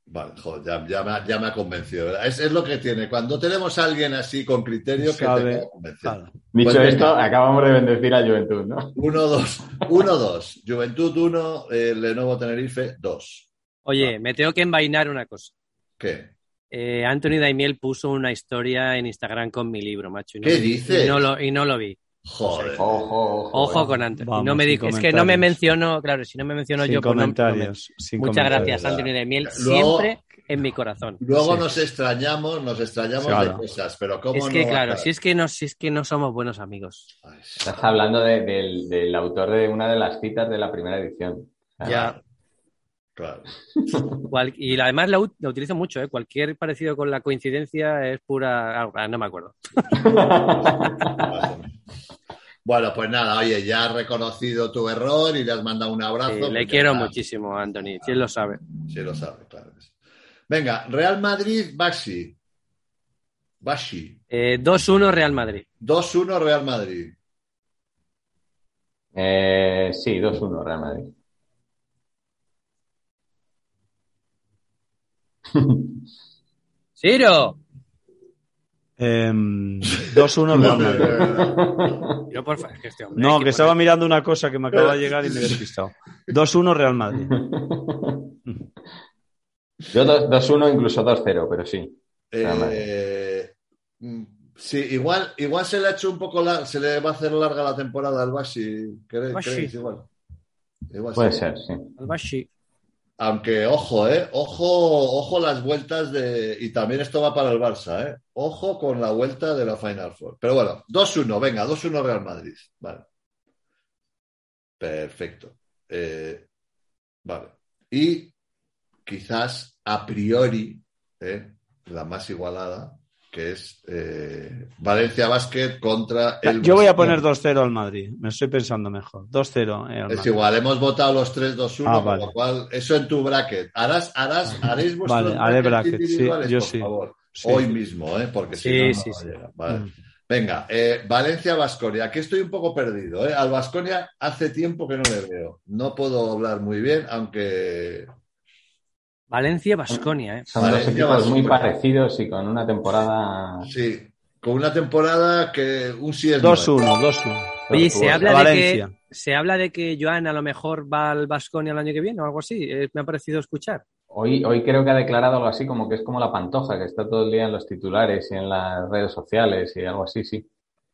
Vale, joder, ya, ya me, ha- ya me ha convencido, ¿verdad? Es, es lo que tiene. Cuando tenemos a alguien así con criterio, que te Sabe. acaba convenciendo. Claro. Dicho Pues venga. esto, acabamos de bendecir a Juventud, ¿no? Uno, dos. Uno, dos. Juventud, uno. eh, Lenovo, Tenerife, dos. Oye, me tengo que envainar una cosa. ¿Qué? Eh, Anthony Daimiel puso una historia en Instagram con mi libro, macho. y no ¿Qué me- dices? Y no, lo, y no lo vi. Joder. Ojo, ojo. Ojo con Anthony. Vamos, no me sin dijo, es que no me comentarios. mencionó, claro, si no me mencionó sin yo, pues no- no me- comentarios. sin Muchas comentarios. gracias, Anthony Daimiel. Luego- Siempre en mi corazón. Luego Sí. nos extrañamos, nos extrañamos Claro. de cosas, pero ¿cómo Es que, no va a claro, estar? si es que, no, si es que no somos buenos amigos. Ay, Estás hablando de- del, del autor de una de las citas de la primera edición. Ya. Claro. Cual- y la- además la, ut- la utilizo mucho, ¿eh? Cualquier parecido con la coincidencia es pura. ah, ah, no me acuerdo. Bueno, pues nada, oye, ya has reconocido tu error y le has mandado un abrazo. Sí, Eh, le porque quiero nada, muchísimo a Anthony, si él lo sabe. Sí, lo sabe, claro. que sí. Venga, Real Madrid, Baxi. Baxi. Eh, 2-1 Real Madrid. 2-1 Real Madrid. Eh, sí, 2-1 Real Madrid. ¡Ciro! Em, 2-1 No, Real no, Madrid. no, no, no. Yo, por favor, es que este hombre hay No, que estaba poner- mirando una cosa que me acaba de llegar y me he despistado. 2-1 Real Madrid. Yo dos- 2-1, incluso 2-0, pero sí. Real Madrid. Eh, mm, sí, igual, igual se le ha hecho un poco la- se le va a hacer larga la temporada al Baxi. ¿Cre- Baxi. creéis? Igual. Igual Puede sí. ser, sí. Albashi. Aunque, ojo, ¿eh? Ojo, ojo las vueltas de. Y también esto va para el Barça, ¿eh? Ojo con la vuelta de la Final Four. Pero bueno, 2-1, venga, 2-1 Real Madrid. Vale. Perfecto. Eh, vale. Y quizás a priori, ¿eh? la más igualada, que es eh, Valencia Basket contra el. Yo voy a Barcelona. poner 2-0 al Madrid. Me estoy pensando mejor. 2-0 al Es Madrid. igual, hemos votado los 3-2-1, Ah, con vale. lo cual, eso en tu bracket. Harás, harás, haréis vuestros Vale, haré brackets bracket, sí, individuales, yo por sí. favor. Sí. Hoy mismo, ¿eh? Porque si Sí, no, no sí, va a sí. llegar. Vale. Mm. Venga, eh, Valencia-Basconia. Aquí estoy un poco perdido, ¿eh? Al Basconia hace tiempo que no le veo. No puedo hablar muy bien, aunque. Valencia, Basconia, ¿eh? Son Vale, dos ya equipos vas muy súper. parecidos y con una temporada. Sí, con una temporada que un sí es no, ¿eh? 2-1, 2-1. Oye, se tortuosa. habla Valencia. de que. Se habla de que Joan a lo mejor va al Basconia el año que viene o algo así. eh, me ha parecido escuchar. Hoy, hoy creo que ha declarado algo así, como que es como la pantoja, que está todo el día en los titulares y en las redes sociales y algo así, sí.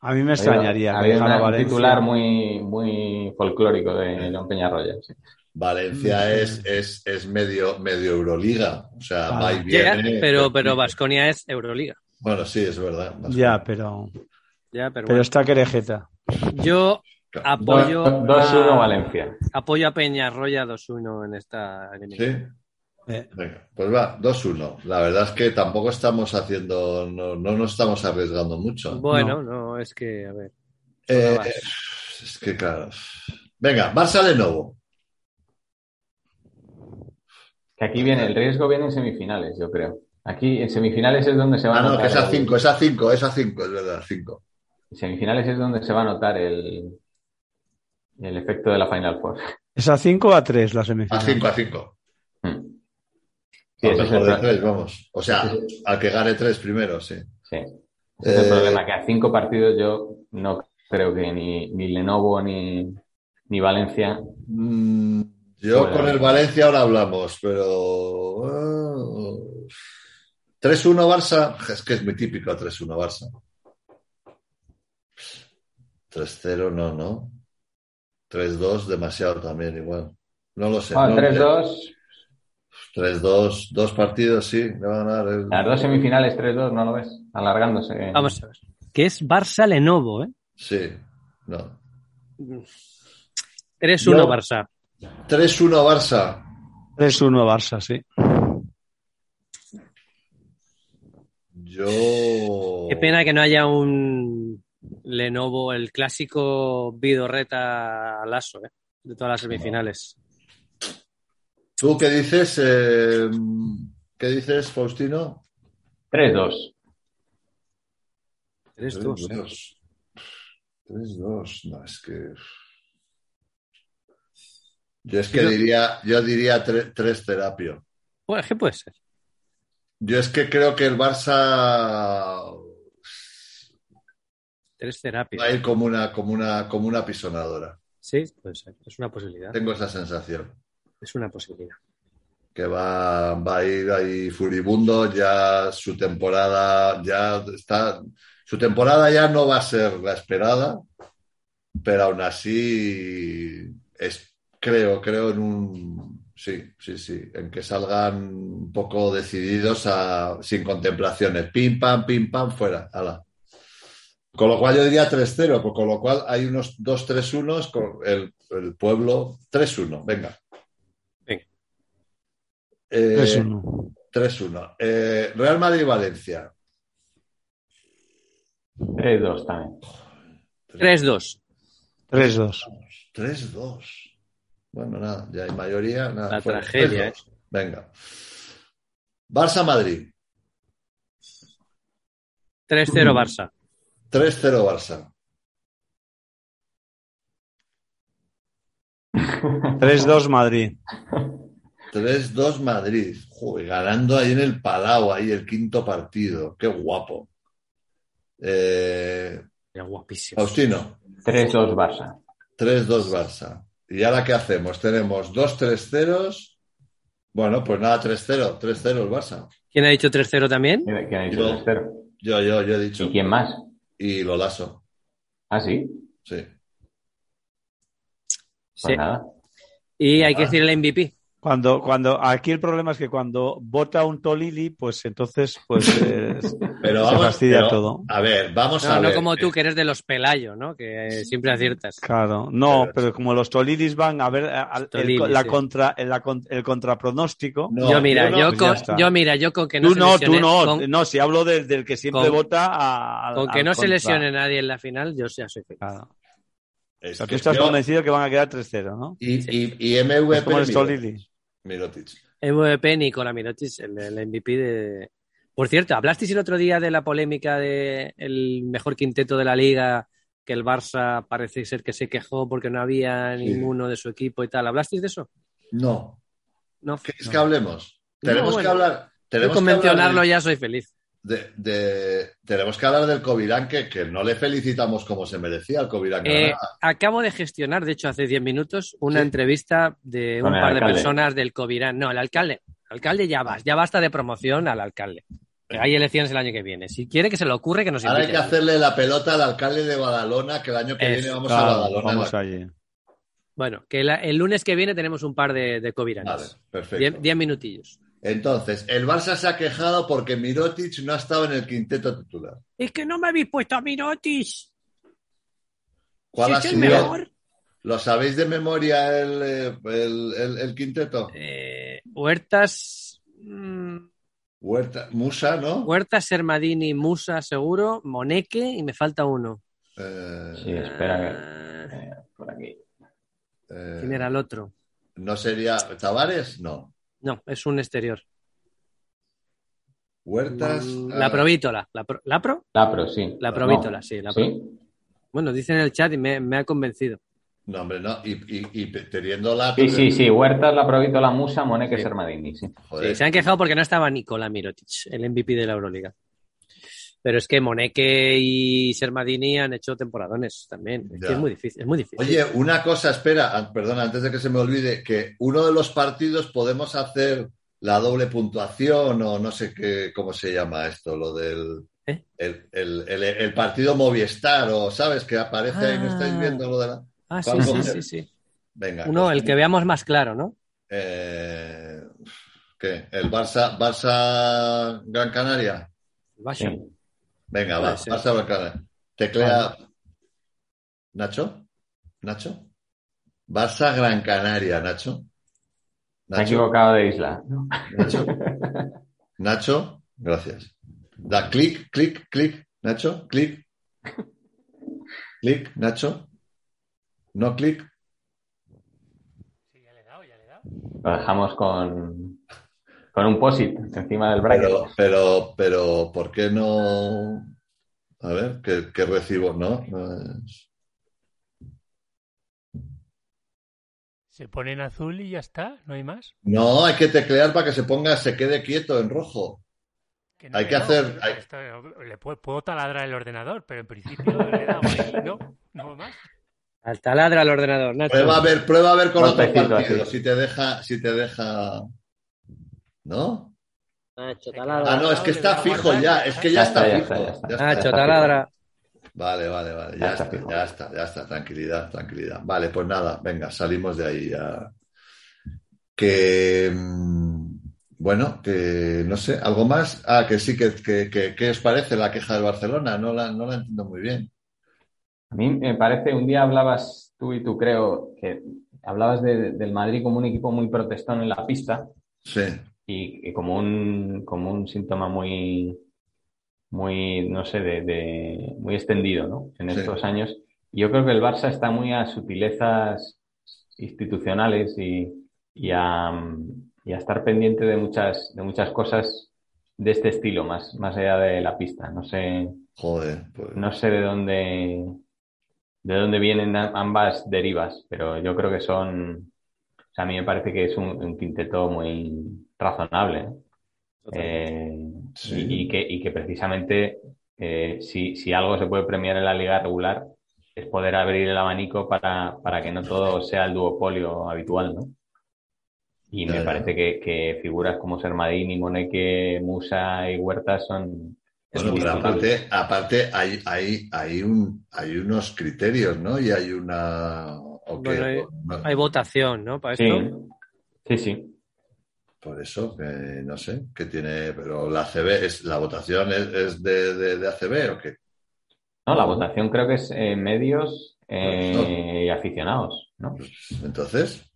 A mí me Ha habido- extrañaría que ha habido dejara una- un Valencia. titular muy, muy folclórico de León Peñarroya. sí. Mm. Valencia es, es, es medio, medio Euroliga. O sea, Ah, va y viene. Ya, pero, pero Basconia es Euroliga. Bueno, sí, es verdad. Ya, pero, Ya, pero pero bueno. está querejeta. Yo apoyo, Dos- 2-1 a, Valencia. apoyo a Peñarroya 2-1 en esta eliminatoria. Sí. Eh, Venga, pues va, 2-1. La verdad es que tampoco estamos haciendo, no, no nos estamos arriesgando mucho. Bueno, no, es que, a ver. Eh, vas. es que claro. Venga, Barça de nuevo. Que aquí viene, el riesgo viene en semifinales, yo creo. Aquí en semifinales es donde se va Ah, a no, notar que es a el- 5, es a 5, es a 5, es verdad, 5. en semifinales es donde se va a notar el, el efecto de la Final Four. ¿Es a 5 o a 3 la A semifinal? 5 a 5. Mm. Sí, Al ese es el mejor de pro- tres, vamos. O sea, al que gane tres primero, sí. sí. Ese es el Eh, problema, que a cinco partidos yo no creo que ni, ni Lenovo ni, ni Valencia. Mm, Yo Bueno. con el Valencia ahora hablamos, pero. eh, 3-1 Barça, es que es muy típico 3-1 Barça. 3-0 no, no. 3-2 demasiado también, igual. No lo Ah, sé. Bueno, no lo sé. 3-2, 3-2, dos partidos, sí. Le van a dar el- las dos semifinales 3-2, no lo ves, alargándose. Vamos a ver. Que es Barça Lenovo, ¿eh? Sí, no. 3-1 Yo- Barça. 3-1 Barça. 3-1 Barça, sí. Eh, Oh. Yo. Qué pena que no haya un Lenovo, el clásico Vidorreta Lasso, ¿eh? De todas las semifinales. ¿Tú qué dices? eh, ¿Qué dices, Faustino? 3-2. 3-2, ¿eh? 3-2. 3-2. No, es que. Yo es que Yo- diría, yo diría 3 terapio. Bueno, ¿qué puede ser? Yo es que creo que el Barça 3 terapias. va a ir como una, como una, como una pisonadora. Sí, puede ser. Es una posibilidad. Tengo esa sensación. Es una posibilidad. Que va, va a ir ahí furibundo, ya su temporada ya está. Su temporada ya no va a ser la esperada, pero aún así es, creo, creo en un sí, sí, sí, en que salgan un poco decididos a, sin contemplaciones, pim pam, pim pam, fuera, ala. Con lo cual yo diría 3-0, pues con lo cual hay unos 2-3-1 con el, el pueblo 3-1, venga. Venga. Eh, 3-1. 3-1. Eh, Real Madrid-Valencia. 3-2 también. 3-2. 3-2. 3-2. Bueno, nada, ya hay mayoría. Nada, La fuera. tragedia, eh. 3-2. Venga. Barça-Madrid. 3-0 Mm. Barça. 3-0 Barça. 3-2 Madrid. 3-2 Madrid. Joder, ganando ahí en el Palau, ahí el quinto partido. Qué guapo. Eh, Era guapísimo. Faustino, 3-2 Barça. 3-2 Barça. ¿Y ahora qué hacemos? Tenemos dos 3-0. Bueno, pues nada, 3-0. 3-0 el Barça. ¿Quién ha dicho 3-0 también? Mira, ¿Quién ha dicho Yo. 3-0? Yo, yo, yo he dicho. ¿Y quién más? Y lo lazo. Ah, sí. Sí. Pues Sí. nada. Y hay que Ah. decir el MVP. Cuando, cuando, aquí el problema es que cuando vota un Tolili, pues entonces pues, eh, Pero se vamos, fastidia pero- todo. A ver, vamos a No, no ver. como tú, que eres de los Pelayo, ¿no? Que eh, siempre aciertas. Claro, no, Pero- pero como los Tolilis van a ver a- al- el, Tolilis, la sí. contra, el, la con- el contrapronóstico. No, yo mira, no, yo, pues ya con, está. yo mira, yo con que no tú se no, tú lesione- no, con- no, si hablo del, del que siempre con- vota a, al- con que al no se contra. lesione nadie en la final, yo ya soy feliz. Claro. O Es sea, que tú estás yo- convencido que van a quedar 3-0, ¿no? Y, y, y Es MVP. como los Miro- Tolili. Mirotic. MVP Nicola Mirotic, el, el MVP de. Por cierto, hablasteis el otro día de la polémica de el mejor quinteto de la liga, que el Barça parece ser que se quejó porque no había Sí. ninguno de su equipo y tal. ¿Hablasteis de eso? No. No. ¿Quieres que hablemos? No, Tenemos que bueno. hablar. Yo Tenemos con que hablar mencionarlo del- ya soy feliz. de, de- tenemos que hablar del Covirán, que, que no le felicitamos como se merecía al Covirán. Eh, Granada. acabo de gestionar, de hecho, hace 10 minutos, una Sí. entrevista de un Con el par de alcalde. personas del Covirán. No, el alcalde. El alcalde ya vas, ya basta de promoción al alcalde. Hay elecciones el año que viene. Si quiere que se le ocurre, que nos Ahora hay invite. que hacerle la pelota al alcalde de Badalona, que el año que Eso, viene vamos a Claro, Badalona. vamos allí. Bueno, que la- el lunes que viene tenemos un par de, de Vale, coviranes. perfecto. Diez, diez minutillos. Entonces, el Barça se ha quejado porque Mirotic no ha estado en el quinteto titular. Es que no me habéis puesto a Mirotis. ¿Cuál Si ha es el sido? mejor. ¿Lo sabéis de memoria el, eh, el- el- el quinteto? Eh, Huertas. mm, Eh. Huerta, Musa, ¿no? Huertas, Sermadini, Musa, seguro. Moneque y me falta uno. Eh, Sí, espera que. Ah, eh, por aquí. eh, ¿Quién era el otro? ¿No sería Tavares? No. No, es un exterior. Huertas. Mm, La ah, provítola. La, pro- ¿la pro? Lapro, sí. La No. provítola, sí. La pro. ¿Sí? Bueno, dice en el chat y me, me ha convencido. No, hombre, no. Y, y- y teniendo la. Sí, sí, sí. Huertas, la Provito, la Musa, Moneque, Sermadini. Sí. Joder, Sí, se han quejado porque no estaba Nicola Mirotic, el MVP de la Euroliga. Pero es que Moneke y Sermadini han hecho temporadones también. Es, Ya. que es muy difícil, es muy difícil. Oye, una cosa, espera, an- perdona, antes de que se me olvide, que uno de los partidos podemos hacer la doble puntuación o no sé qué, cómo se llama esto, lo del ¿Eh? el, el- el- el partido Movistar o sabes que aparece ahí, no estáis Ah. viendo lo de la... ah, sí, vamos sí, a sí, ver. sí. Venga. Uno, pues, el que veamos más claro, ¿no? eh, ¿Qué? ¿El Barça, Barça Gran Canaria? Basha. Sí. Venga, Puede va, ser. Barça Gran Canaria. Teclea... ¿Nacho? ¿Nacho? Barça Gran Canaria, Nacho. Se ha Nacho, equivocado de isla. Nacho. Nacho, gracias. Da clic, clic, clic, Nacho, clic. Clic, Nacho. No clic. Lo dejamos con, con un posit encima del bracket. Pero, pero, pero, ¿por qué no? A ver, ¿qué, qué recibo? No, no es- Se pone en azul y ya está, no hay más. no, hay que teclear para que se ponga, se quede quieto en rojo. no, Hay que hacer- hay- esto- le puedo, puedo taladrar el ordenador, pero en principio le damos ahí, ¿no? No más. Al taladra al ordenador, Nacho. Prueba a ver, prueba a ver con otro Golpecito partido. así. Si te deja, si te deja. ¿No? Nacho, Ah, taladra. no, es que está fijo ya. Es que ya está Ya fijo. está, ya está, ya está. Ah, Ya Nacho, está. taladra. Vale, vale, vale. Ya Ya está está, fijo. ya está, ya está. Tranquilidad, tranquilidad. Vale, pues nada, venga, salimos de ahí ya. Que. mm, Bueno, que no sé, algo más. Ah, que sí, que, que, que- ¿qué os parece la queja del Barcelona? No la, no la entiendo muy bien. A mí me parece, un día hablabas tú y tú creo que hablabas de- del Madrid como un equipo muy protestón en la pista Sí, y, y como un, como un síntoma muy, muy, no sé, de, de- muy extendido, ¿no? En Sí. estos años. Yo creo que el Barça está muy a sutilezas institucionales y, y a, mm, y a estar pendiente de muchas, de muchas cosas de este estilo, más, más allá de la pista. No sé, joder. pues- no sé de dónde de dónde vienen a- ambas derivas, pero yo creo que son, o sea, a mí me parece que es un, un quinteto muy razonable, ¿no? Eh, Sí. y, y que, y que precisamente eh, si, si algo se puede premiar en la liga regular es poder abrir el abanico para, para que no todo sea el duopolio habitual, ¿no? Y me Ya, ya. parece que, que figuras como Sermadini, Moneke, Musa y Huerta son... son Bueno, muy pero disfrutables. aparte, aparte hay, hay, hay, un, hay unos criterios, ¿no? Y hay una... ¿o qué? Bueno, hay- No, Hay votación, ¿no? Para Sí, esto. sí, sí. Por eso, que no sé, que tiene... Pero la CB, es, ¿la votación es, es de, de, de ACB o qué? No, la votación creo que es eh, medios eh, y aficionados, ¿no? Entonces,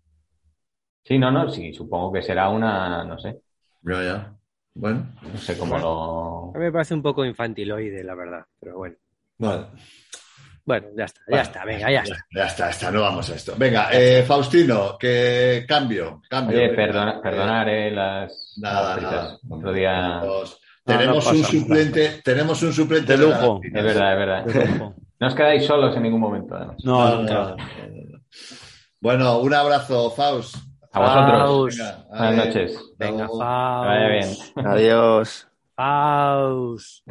Sí, no, no, sí, supongo que será una, no sé, ya, ya. Bueno, no sé cómo lo... A mí me parece un poco infantiloide, la verdad. Pero bueno. vale. Bueno, ya está, ya Vale. está, venga, ya está. Ya está, ya está, no vamos a esto. Venga, eh, Faustino, que cambio, cambio. Oye, Venga. perdona, perdonar, eh, las, Nada, las prisas. nada. Otro día. Tenemos- No, no Tenemos un pasa nada. suplente, tenemos un suplente De lujo. Galatinas. Es verdad, es verdad. No os quedáis solos en ningún momento, además. No, No, nunca. no, no, no. Bueno, un abrazo, Faust. A Faust. vosotros. Venga, eh, Buenas adiós. noches. Venga, Que vaya bien. Faust. Adiós. Faust.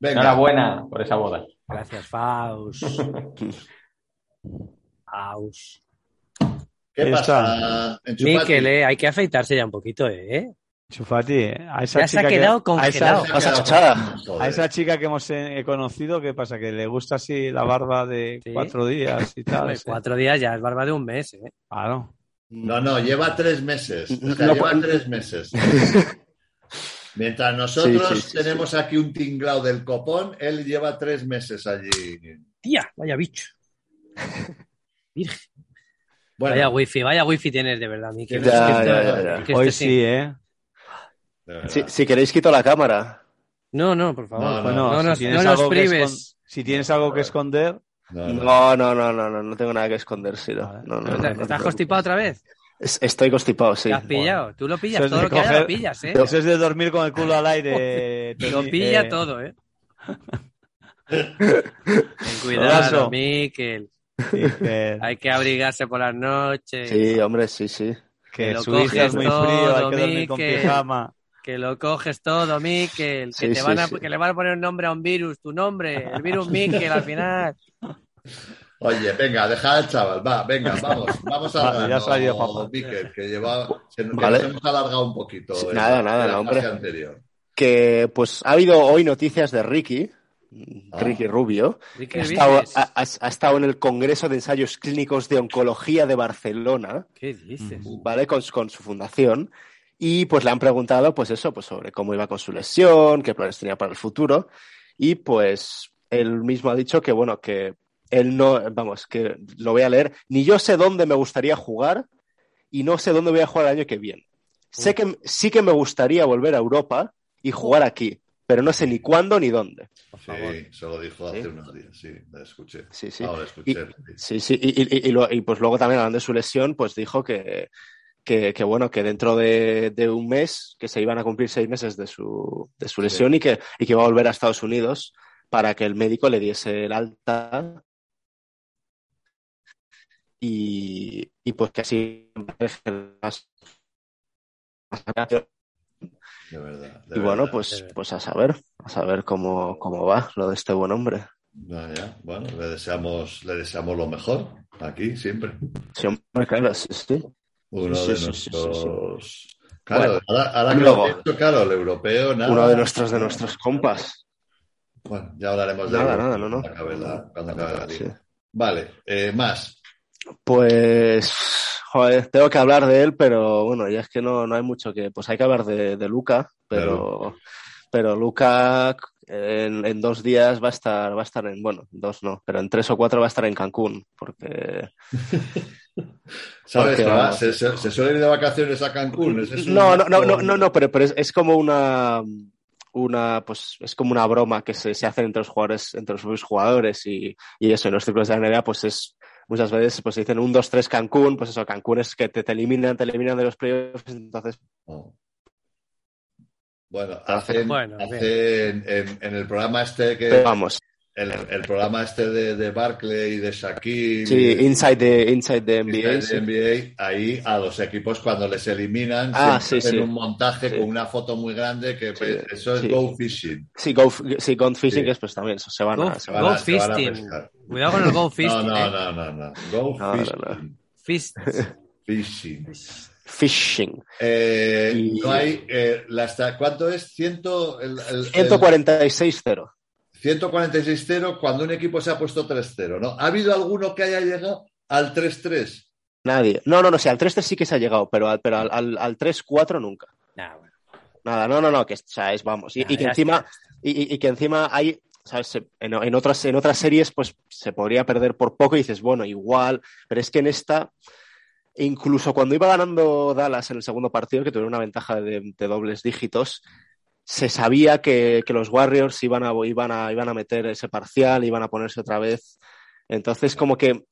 Venga. Enhorabuena por esa boda. Gracias, Faust. Faust. ¿Qué Ahí pasa? Enchufati? Miquel, eh, hay que afeitarse ya a un poquito, ¿eh? Chufati, a esa Ya se ha chica que- quedado a congelado. esa, Vas a fachada. Joder. a esa chica que hemos eh, he conocido, ¿qué pasa? Que le gusta así la barba de Sí. cuatro días y tal. Hombre, sí. Cuatro días ya, es barba de un mes, ¿eh? Claro. No, no, lleva tres meses. O sea, No, lleva pues- tres meses. Mientras nosotros Sí, sí, sí, tenemos aquí un tinglao del copón, él lleva tres meses allí. Tía, vaya bicho. Bueno, Vaya wifi, vaya wifi tienes de verdad, Miquel. Ya, Es que esto- ya, ya, ya. es que Hoy esto sí, sí. ¿eh? de verdad. Si, si queréis, quito la cámara. No, no, por favor. No, No, no. Bueno, si nos, tienes no nos algo que prives. escon- si tienes algo que esconder, No, no. No, no, no, no, no, no tengo nada que esconder, Ciro. Vale. No, no, Pero no, te- Pues no ¿Estás te constipado otra vez? preocupes. Es- Estoy constipado, sí. ¿Te has pillado? Tú lo Eso pillas, es todo de lo que haya coger- lo pillas, ¿eh? eso es de dormir con el culo al aire. Lo Tony, pilla eh, todo, ¿eh? Ten Abrazo. cuidado, Miquel. Dice Hay que abrigarse por las noches. Sí, hombre, sí, sí. que lo su hija es coges muy todo, frío, hay que dormir con Miquel. pijama. Que lo coges todo, Miquel. Que, Sí, te sí, van a, sí. que le van a poner un nombre a un virus, tu nombre. El virus Miquel al final. Oye, venga, deja al chaval, va, venga, vamos, vamos a Va, ya grano, salió, papá. Miquel, que lleva, se, nos- que Vale. nos hemos alargado un poquito. Sí, en nada, la- nada, en la no, fase hombre. anterior. Que pues ha habido hoy noticias de Ricky, Ah. Ricky Rubio, que ¿Qué ha estado, dices? ha- ha- ha estado en el Congreso de Ensayos Clínicos de Oncología de Barcelona. ¿Qué dices? ¿vale? Con, su- con su fundación. Y pues le han preguntado, pues eso, pues sobre cómo iba con su lesión, qué planes tenía para el futuro. Y pues él mismo ha dicho que, bueno, que él no, vamos, que lo voy a leer, ni yo sé dónde me gustaría jugar y no sé dónde voy a jugar el año que viene. Sé que sí que me gustaría volver a Europa y jugar aquí, pero no sé ni cuándo ni dónde. Sí, se lo dijo hace Sí. unos días, sí, la escuché. Sí, sí. Ahora escuché. Sí, sí, y, y- y- y lo- y, pues luego también hablando de su lesión, pues dijo que, que, que, bueno, que dentro de, de un mes, que se iban a cumplir seis meses de su, de su lesión y, que, y que iba a volver a Estados Unidos para que el médico le diese el alta y, y pues que así más- más- de verdad. de y bueno, verdad. pues, pues a saber, a saber cómo, cómo va lo de este buen hombre. Ya, Ah, ya, Bueno, le deseamos, le deseamos lo mejor aquí siempre. Sí, hombre, claro, sí, sí. Uno Sí, de sí, sí, sí, nuestros. Claro, Bueno, ahora, ahora que luego. lo pienso, claro, el europeo, nada. Uno de nuestros, de nuestros compas. Bueno, ya hablaremos de Nada, europeo nada, no, no. Cuando acabe la, cuando acabe la Sí. liga. Vale, eh, más. Pues, joder, tengo que hablar de él, pero bueno, ya es que no, no hay mucho que. Pues hay que hablar de, de Luca, pero, pero Luca en, en dos días va a estar, va a estar en, bueno, dos no, pero en tres o cuatro va a estar en Cancún, porque. ¿Sabes? Porque que va- vamos. se, se- se suele ir de vacaciones a Cancún. ese es un- No, no, no, no, no, no, pero, pero es, es como una una pues es como una broma que se, se hace entre los jugadores, entre los propios jugadores y, y eso, en los círculos de la NBA, pues es muchas veces pues dicen un, dos, tres Cancún, pues eso, Cancún es que te, te eliminan, te eliminan de los playoffs, entonces No. Bueno, hacen, Bueno, hacen en, en el programa este pero que Eh, vamos. el, el programa este de, de Barclay y de Shaquille Sí, y de- inside the inside the NBA. Está sí. en NBA, ahí a los equipos cuando les eliminan Ah, siempre sí, hacen sí. un montaje Sí. con una foto muy grande que pues, eso es sí. go fishing. Sí, go, sí, Gone Fishing, Sí. que es, pues también eso, se van a, Go- se van a- van a- Go se van a fisting. pescar. Cuidado con el go No, fisting. no, eh. no, no, no. Go No, no, fishing. Fist. Fishing. Fishing. Eh, Y- No hay eh, la esta- ¿cuánto es? Ciento, el, el- el- 146-0. 146-0 cuando un equipo se ha puesto 3-0, ¿no? ¿Ha habido alguno que haya llegado al 3-3? Nadie. No, no, no, sí, al 3-3 sí que se ha llegado, pero al, pero al, al, al 3-4 nunca. Nah, Ah, bueno. Nada, no, no, no, que o sea, es vamos. Y, Ya, y que ya encima, está, y, y- y que encima hay, ¿sabes? Se- En, en otras, en otras series, pues se podría perder por poco y dices, bueno, igual, pero es que en esta, e incluso cuando iba ganando Dallas en el segundo partido, que tuvieron una ventaja de, de dobles dígitos, se sabía que, que los Warriors iban a, iban, a, iban a meter ese parcial, iban a ponerse otra vez. Entonces, como que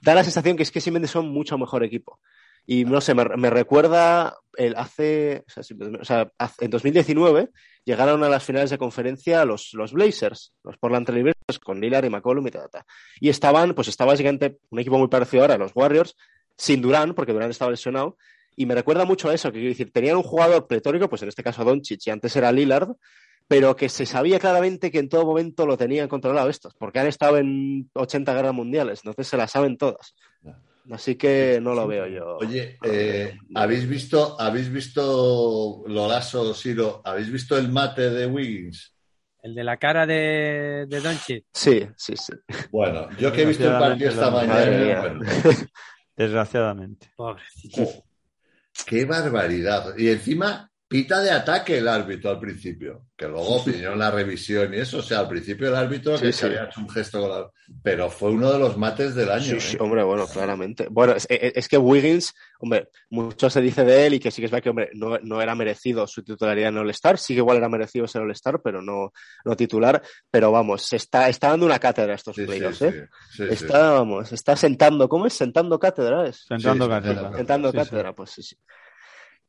da la sensación que es que simplemente son mucho mejor equipo. Y no sé, me, me recuerda el hace, o sea, si- o sea, hace- en 2019 llegaron a las finales de conferencia los, los Blazers, los Portland Trail Blazers con Lillard y McCollum y tal, tal. Y estaban, pues estaba básicamente un equipo muy parecido ahora, los Warriors, sin Durán, porque Durán estaba lesionado. Y me recuerda mucho a eso, que quiero decir, tenían un jugador pletórico, pues en este caso Doncic, y antes era Lillard, pero que se sabía claramente que en todo momento lo tenían controlado estos, porque han estado en 80 guerras mundiales, entonces se las saben todas. Así que no lo veo yo. Oye, eh, ¿habéis visto, habéis visto Lolaso, Siro, habéis visto el mate de Wiggins? El de la cara de, de Doncic. Sí, sí, sí. Bueno, yo que he visto el partido esta Madre mañana. mía. bueno, Desgraciadamente. Pobrecito. jo, qué barbaridad. Y encima pita de ataque el árbitro al principio, que luego pidió una revisión y eso. O sea, al principio el árbitro Sí, que sí. se había hecho un gesto con la... Pero fue uno de los mates del año. Sí, ¿eh? sí, hombre, bueno, claramente. Bueno, es, es- es que Wiggins, hombre, mucho se dice de él y que sí que es verdad que, hombre, no, no era merecido su titularidad en All-Star, sí que igual era merecido ser All-Star, pero no, no titular. Pero vamos, se está, está dando una cátedra a estos Sí, sí, playoffs, sí, ¿eh? sí, sí. está, vamos, está sentando, ¿cómo es? Sentando cátedra, ¿es? Sentando Sí, sí, cátedra. sí, Sentando Sí, sí. cátedra, pues sí, sí.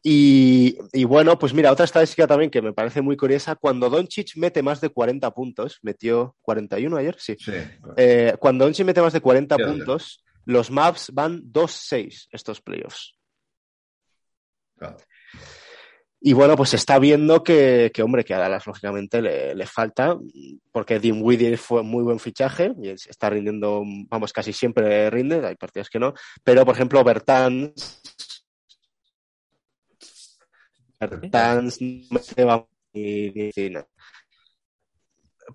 Y, y bueno, pues mira, otra estadística también que me parece muy curiosa, cuando Doncic mete más de 40 puntos, metió 41 ayer, sí. Sí. Eh, cuando Doncic mete más de 40 Sí, puntos, los Mavs van 2-6 estos playoffs. Claro. Y bueno, pues se está viendo que, que, hombre, que a Dallas lógicamente le, le falta, porque Dinwiddie fue muy buen fichaje y es- está rindiendo, vamos, casi siempre rinde, hay partidos que no, pero por ejemplo, Bertans Bertans no me va ni- ni- ni nada.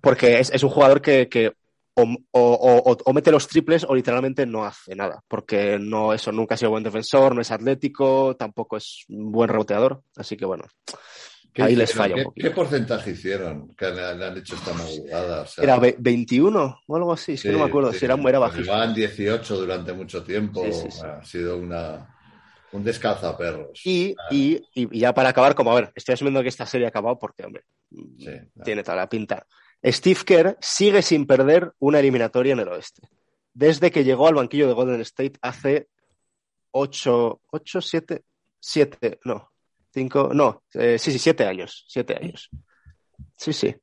porque es, es un jugador que, que o, o- o- o mete los triples o literalmente no hace nada, porque no eso nunca ha sido buen defensor, no es atlético, tampoco es un buen reboteador, así que bueno, ¿Qué Ahí les hicieron? falla un ¿Qué- poquito. ¿Qué porcentaje hicieron que le han le han hecho esta madrugada? O sea, era ve- 21 o algo así, es que no me acuerdo, sí, si era, era pues bajísimo. Llevaban 18 durante mucho tiempo. Sí, sí, sí. Ha sido una, un descalzaperros. Y, y, y ya para acabar, como a ver, estoy asumiendo que esta serie ha acabado porque, hombre, Sí, tiene toda la pinta. Steve Kerr sigue sin perder una eliminatoria en el oeste. Desde que llegó al banquillo de Golden State hace 8, 8, 7, 7, no, 5, no, eh, sí, sí, 7 años, 7 años. Sí, sí.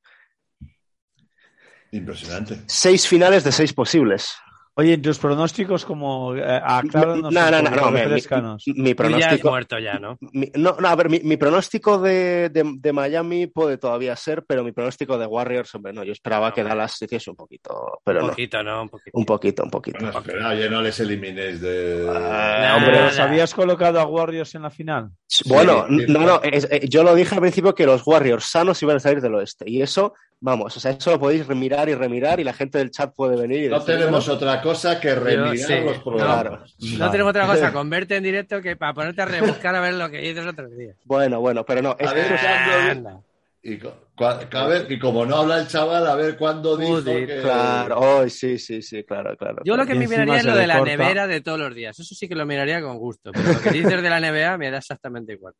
Impresionante. Seis finales de seis posibles. Oye, ¿y tus pronósticos como eh, acláranos, No, un no, no, poco, no, me- refrescanos. Mi Tú ya has pronóstico, muerto ya, ¿no? mi- no, no, a ver, mi, mi pronóstico de, de- de Miami puede todavía ser, pero mi pronóstico de Warriors, hombre, no, yo esperaba que Dallas hiciese un poquito, pero Un no, poquito, ¿no? Un poquito. un poquito, un poquito. Bueno, espera, oye, no les eliminéis de. Ah, Nah, hombre, Pero nah, ¿os habías colocado a Warriors en la final? Bueno, sí, sí. no, no, es- eh, yo lo dije al principio que los Warriors sanos iban a salir del oeste. Y eso, vamos, o sea, eso lo podéis remirar y remirar y la gente del chat puede venir. y No decir, tenemos otra cosa que remirar sí. los programas. No tenemos otra cosa con verte en directo que para ponerte a rebuscar a ver lo que dices otros días. Bueno, bueno, pero no. es- A ver, Ah, Sandro, Anda. y, co- cua- a ver, y como no habla el chaval, a ver cuándo dijo Joder, que. claro, hoy sí, sí, sí, claro, claro. Yo lo que Y me encima miraría es se lo le de la corta. nevera de todos los días. Eso sí que lo miraría con gusto. Pero lo que dices de la nevera me da exactamente igual.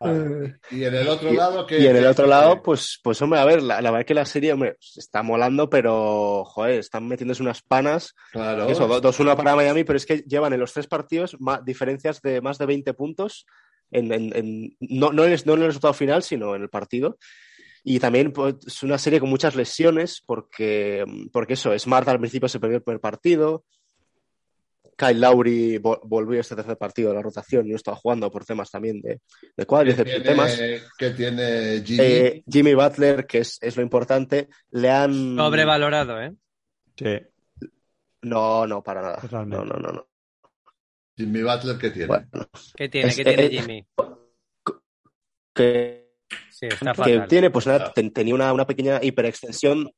Vale. Ah, Y en el otro Y- lado que. Y en el otro lado, pues, pues hombre, a ver, la, la verdad que la serie, hombre, se está molando, pero, joder, están metiéndose unas panas. Claro. pues, Eso, 2-1 para Miami, pero es que llevan en los tres partidos ma- diferencias de más de 20 puntos, en, en- en- no, no en el, no en el resultado final, sino en el partido. Y también pues, es una serie con muchas lesiones, porque, porque eso, Smart al principio se perdió el primer partido, Kyle Lowry vol- volvió este tercer partido de la rotación y no estaba jugando por temas también de, de que cuadros, de temas. tiene, que tiene Gigi. Eh, Jimmy Butler, que es, es lo importante, le han... Sobrevalorado, ¿eh? Sí. No, no, para nada. Totalmente. No, no, no, no. Jimmy Butler, que tiene? Bueno, ¿Qué tiene? Es- ¿Qué tiene eh, Jimmy? que Sí, está que fatal. tiene, pues nada, Claro. ten- tenía una, una pequeña hiperextensión,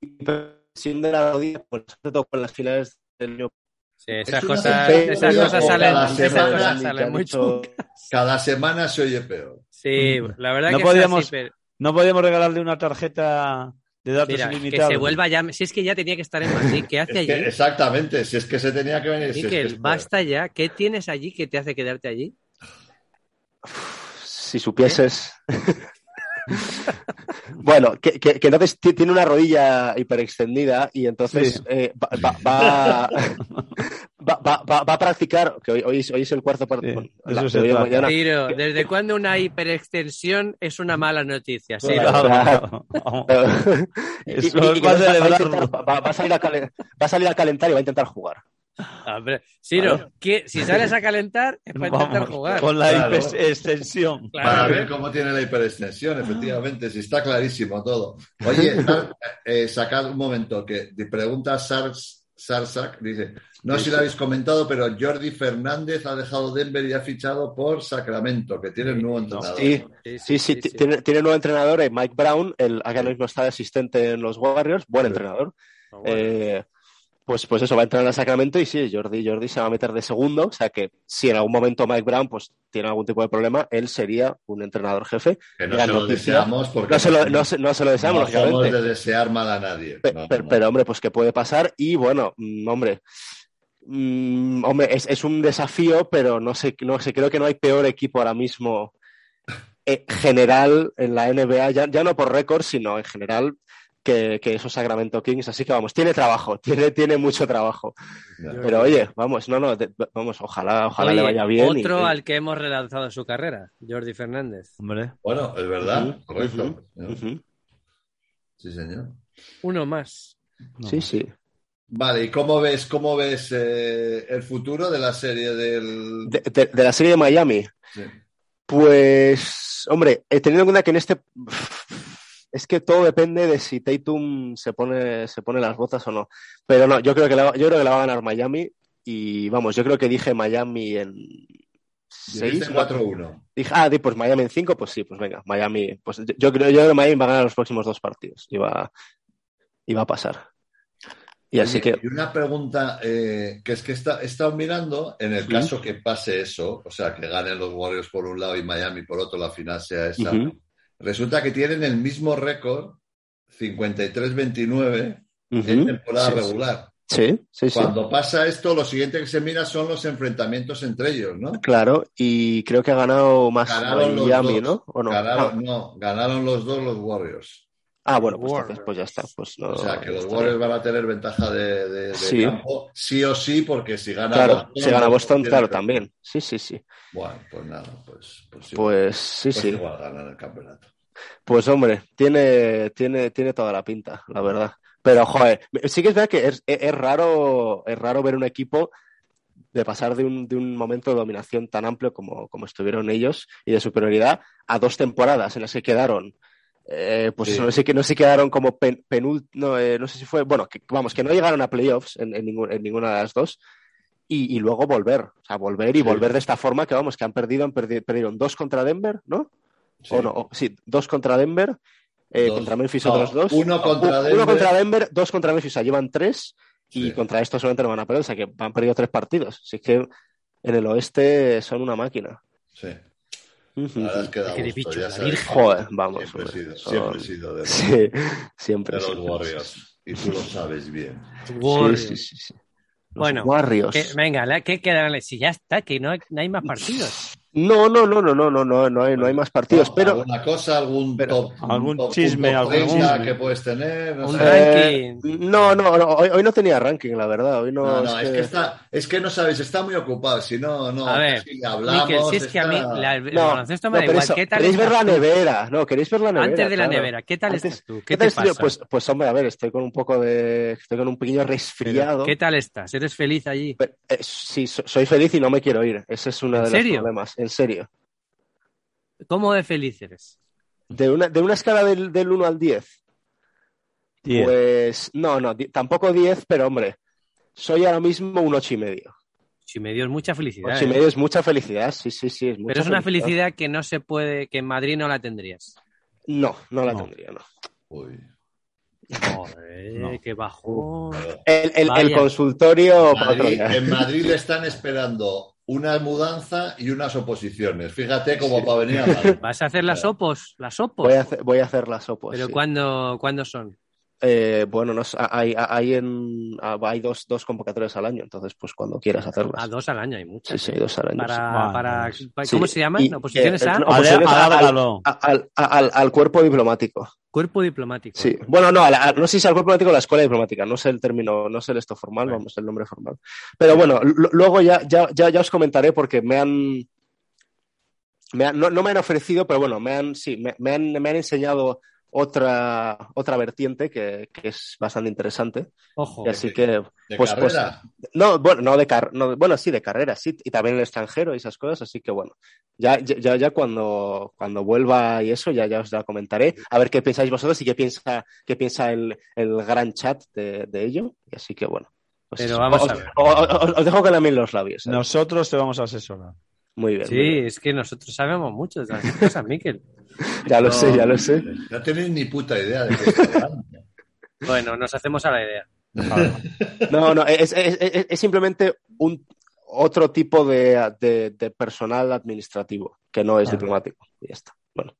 hiperextensión de la rodilla, pues sobre todo con las finales del año. Sí, esas Es una cosas, sentencia esas cosas como salen, cada esas semana, cosas ni salen muy chungas. Cada semana se oye peor. Sí, la verdad No que es así, podíamos- pero- No podíamos regalarle una tarjeta de datos Mira, que ilimitados. se vuelva ya. Si es que ya tenía que estar en Madrid, ¿qué hace Es que- allí? exactamente, si es que se tenía que venir. si es que Miquel, es- basta ya. ¿Qué tienes allí que te hace quedarte allí? Si supieses. bueno, que, que- que entonces ti- tiene una rodilla hiperextendida y entonces Sí. eh, va, va- va- va- va- va- va a practicar, que hoy, hoy, es, hoy es el cuarto Sí, partido. de eso se trata. mañana. Tiro, ¿desde cuándo una hiperextensión es una mala noticia? Sí, Claro. Claro. Y- y- Eso es y para va- va a intentar- celebrarlo. va- va a salir a calen- va a salir a calentar y va a intentar jugar. hombre. Ciro, Claro. ¿qué- si sales a calentar, es para intentar Vamos, jugar. Con la Claro. IP extensión. Para Claro. ¿eh? Ah. ver cómo tiene la hiperextensión, efectivamente, si está clarísimo todo. Oye, Sar- eh, sacad un momento, que de- pregunta Sars, Sarsak, dice, no sé si lo habéis comentado, pero Jordi Fernández ha dejado Denver y ha fichado por Sacramento, que tiene un nuevo entrenador. Sí, Sí, sí, ti- Tiene, tiene nuevo entrenador, eh, Mike Brown, el que ahora mismo está de asistente en los Warriors, buen entrenador. Eh, pues, pues eso, va a entrar a Sacramento y sí, Jordi, Jordi se va a meter de segundo, o sea que si en algún momento Mike Brown pues, tiene algún tipo de problema, él sería un entrenador jefe. Que no Gran se lo noticia. deseamos porque No se lo, no se, no se lo deseamos, no somos lógicamente. de desear mal a nadie. Pe- No, pe- no. Pero hombre, pues que puede pasar y bueno, mm, hombre, mm, hombre es, es un desafío, pero no sé, no sé, creo que no hay peor equipo ahora mismo eh, general en la NBA, ya, ya no por récord, sino en general que, que esos Sacramento Kings. Así que vamos, tiene trabajo, tiene, tiene mucho trabajo. Pero oye, vamos, no, no, de- vamos, ojalá, ojalá Oye, le vaya bien. y- Otro y- al que hemos relanzado su carrera, Jordi Fernández. Hombre. Bueno, es verdad, Ujú, correcto. señor. Ujú. Sí, señor. Uno más. no. Sí, sí. Vale, ¿y cómo ves, cómo ves eh, el futuro de la serie del... De, de- de la serie de Miami. Sí. Pues, hombre, eh, teniendo en cuenta que en este. Es que todo depende de si Tatum se pone, se pone las botas o no. Pero no, yo creo, que la, va- yo creo que la va a ganar Miami. Y vamos, yo creo que dije Miami en. Dijiste ¿Seis? 4-1. Dije, ah, di, pues Miami en cinco, pues sí, pues venga, Miami. Pues yo- yo creo, yo creo que Miami va a ganar los próximos dos partidos. Y va, y va a pasar. Y así Oye, que. Y una pregunta eh, que es que está, he estado mirando, en el Sí. caso que pase eso, o sea, que ganen los Warriors por un lado y Miami por otro, la final sea esa, Ujú. resulta que tienen el mismo récord, 53-29, en Ujú. temporada Sí, sí. regular. Sí, sí, sí. Cuando pasa esto, lo siguiente que se mira son los enfrentamientos entre ellos, ¿no? Claro, y creo que ha ganado más Ganaron los Miami, dos. ¿no? ¿O no? Ah, Ganaron, no, ganaron los dos los Warriors. ah, bueno, pues, entonces, pues ya está. Pues no, O sea, que los está Warriors van a tener ventaja de, de- de Sí. campo, sí o sí, porque si gana bien. Claro, Boston, si gana Boston, tiene claro, que- también. Sí, sí, sí. Bueno, pues nada, pues, pues, sí, Pues sí, pues sí. igual ganan el campeonato. Pues hombre, tiene, tiene, tiene toda la pinta, la verdad. Pero, joder, sí que es verdad que es, es- es raro, es raro ver un equipo de pasar de un, de un momento de dominación tan amplio como, como estuvieron ellos y de superioridad a dos temporadas en las que quedaron. eh, pues Sí. eso, no sé que no se quedaron como pen, penul- no, eh, no sé si fue, bueno, que, vamos, que no llegaron a playoffs en, en ningún- en ninguna de las dos y, y luego volver, o sea, volver y Sí. volver de esta forma que vamos, que han perdido, han perdi- perdieron dos contra Denver, ¿no? Sí. O no, o- sí, dos contra Denver, eh, Dos. contra Memphis No, otros dos. uno No, contra u- uno Denver. contra Denver, dos contra Memphis, o sea, llevan tres y Sí. contra esto solamente no van a perder, o sea, que han perdido tres partidos. Así que en el oeste son una máquina. Sí, la verdad es que da Es que de gusto, bicho, ya la sabéis. Joder, vamos. Siempre he hombre, sido, son- siempre he sido de los, Sí, siempre. de los siempre. Warriors. Y tú lo sabes bien. Sí, Warriors. sí, sí, sí. Los Bueno, Warriors. Que- venga, la- ¿qué quedan? Si ya está, que no hay, no hay más partidos. No, no, no, no, no, no, no, no hay, no hay más partidos, No, pero ¿Alguna cosa, algún pero- top? algún top- un chisme, top algún 30 chisme. que puedes tener. no Un sé. Eh, ranking. no, no, no, hoy, hoy no tenía ranking, la verdad. Hoy no, No, no, es que está, es que no sabéis, está muy ocupado, si no, no, A ver, si le hablamos, Miquel, si es que a mí está- la- el No, baloncesto me da no, pero igual. eso, ¿Qué tal queréis ver estás la tú? nevera, no, queréis ver la nevera. Antes de la claro. nevera, ¿qué tal Antes- estás tú? ¿Qué, ¿Qué te tal estoy yo? pasa? Pues, pues hombre, a ver, estoy con un poco de, estoy con un pequeño resfriado. ¿Qué tal estás? ¿Eres feliz allí? Pero, eh, sí, so- soy feliz y no me quiero ir. Ese es uno ¿En de serio? los problemas, en serio. ¿Cómo de feliz eres? De una, de una escala del, del 1 al 10, Diez. pues no, no, di- tampoco 10, pero hombre, soy ahora mismo un 8 y medio. Si me dio mucha 8 felicidad. y ¿eh? medio es mucha felicidad, sí, sí, sí. Es Pero mucha es una felicidad que no se puede, que en Madrid no la tendrías. No, no la No. tendría, no. Uy, Joder, No. qué bajón. claro. El, el- el Vaya. consultorio para otro Madrid- día. en Madrid le están esperando una mudanza y unas oposiciones. Fíjate como para venir a Madrid. ¿Vas a hacer las opos? ¿Las opos? Voy a hacer, voy a hacer las opos. ¿Pero sí. ¿cuándo, cuándo son? Eh, bueno, no sé, hay, hay, en- ah, hay dos, dos convocatorias al año, entonces pues cuando quieras hacerlas. A dos al año hay Sí, muchas. sí, ¿eh? dos al año. sí. Para, Vale, para, pues. para- Sí, ¿Cómo se llaman? y- ¿Oposiciones eh, a? no, Ale- oposiciones a- alágalo. Al, al- al- al cuerpo diplomático. Cuerpo diplomático. Sí. Bueno, no, a la- a- no sé si al cuerpo diplomático o a la escuela diplomática, no sé el término, no sé el esto formal, vamos, el nombre formal. Pero bueno, lo- luego ya, ya, ya, ya os comentaré porque me han. me han- no, no me han ofrecido, pero bueno, me han, sí, me, me han, me han enseñado otra, otra vertiente que, que es bastante interesante. Ojo. Y así que, De Pues- pues- carrera. no, bueno, no de car no, bueno, sí, de carrera, sí, y también el extranjero y esas cosas, así que bueno, ya, ya- ya, ya cuando, cuando vuelva y eso, ya, ya os la comentaré, a ver qué pensáis vosotros y qué piensa, qué piensa el, el gran chat de, de ello, y así que bueno. pues Pero eso. vamos os, a ver. o- o- os dejo que lamen los labios. ¿eh? Nosotros te vamos a asesorar. Muy bien. muy Sí, bien. es que nosotros sabemos mucho de las cosas, Miquel. Ya lo No, sé, ya lo sé. No tenéis ni puta idea de qué este está hablando. Bueno, nos hacemos a la idea. No, no, es, es- es- es simplemente un otro tipo de, de- de personal administrativo que no es Claro. diplomático. Y ya está. Bueno.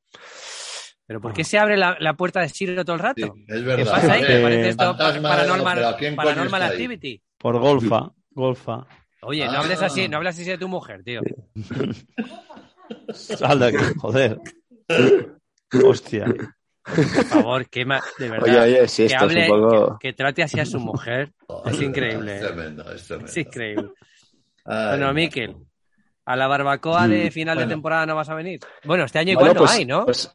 ¿Pero por qué se abre la, la puerta de Chile todo el Ah. Sí, rato? es ¿Qué verdad. pasa ahí? A ¿Qué ver, parece esto fantasma paranormal, pero ¿quién coño paranormal está ahí? activity? Por golfa, golfa. Oye, no Ah. hables así, no hables así de tu mujer, tío. Sal de aquí, joder. Hostia. Por favor, que ma- de verdad. Oye, oye, si que esto hable, es un poco... que, que trate así a su mujer, Es increíble. Es tremendo, es tremendo. es increíble. Ay, Bueno, Miquel, a la barbacoa de final Bueno. de temporada no vas a venir. Bueno, este año igual Bueno, no pues- hay, ¿no? pues-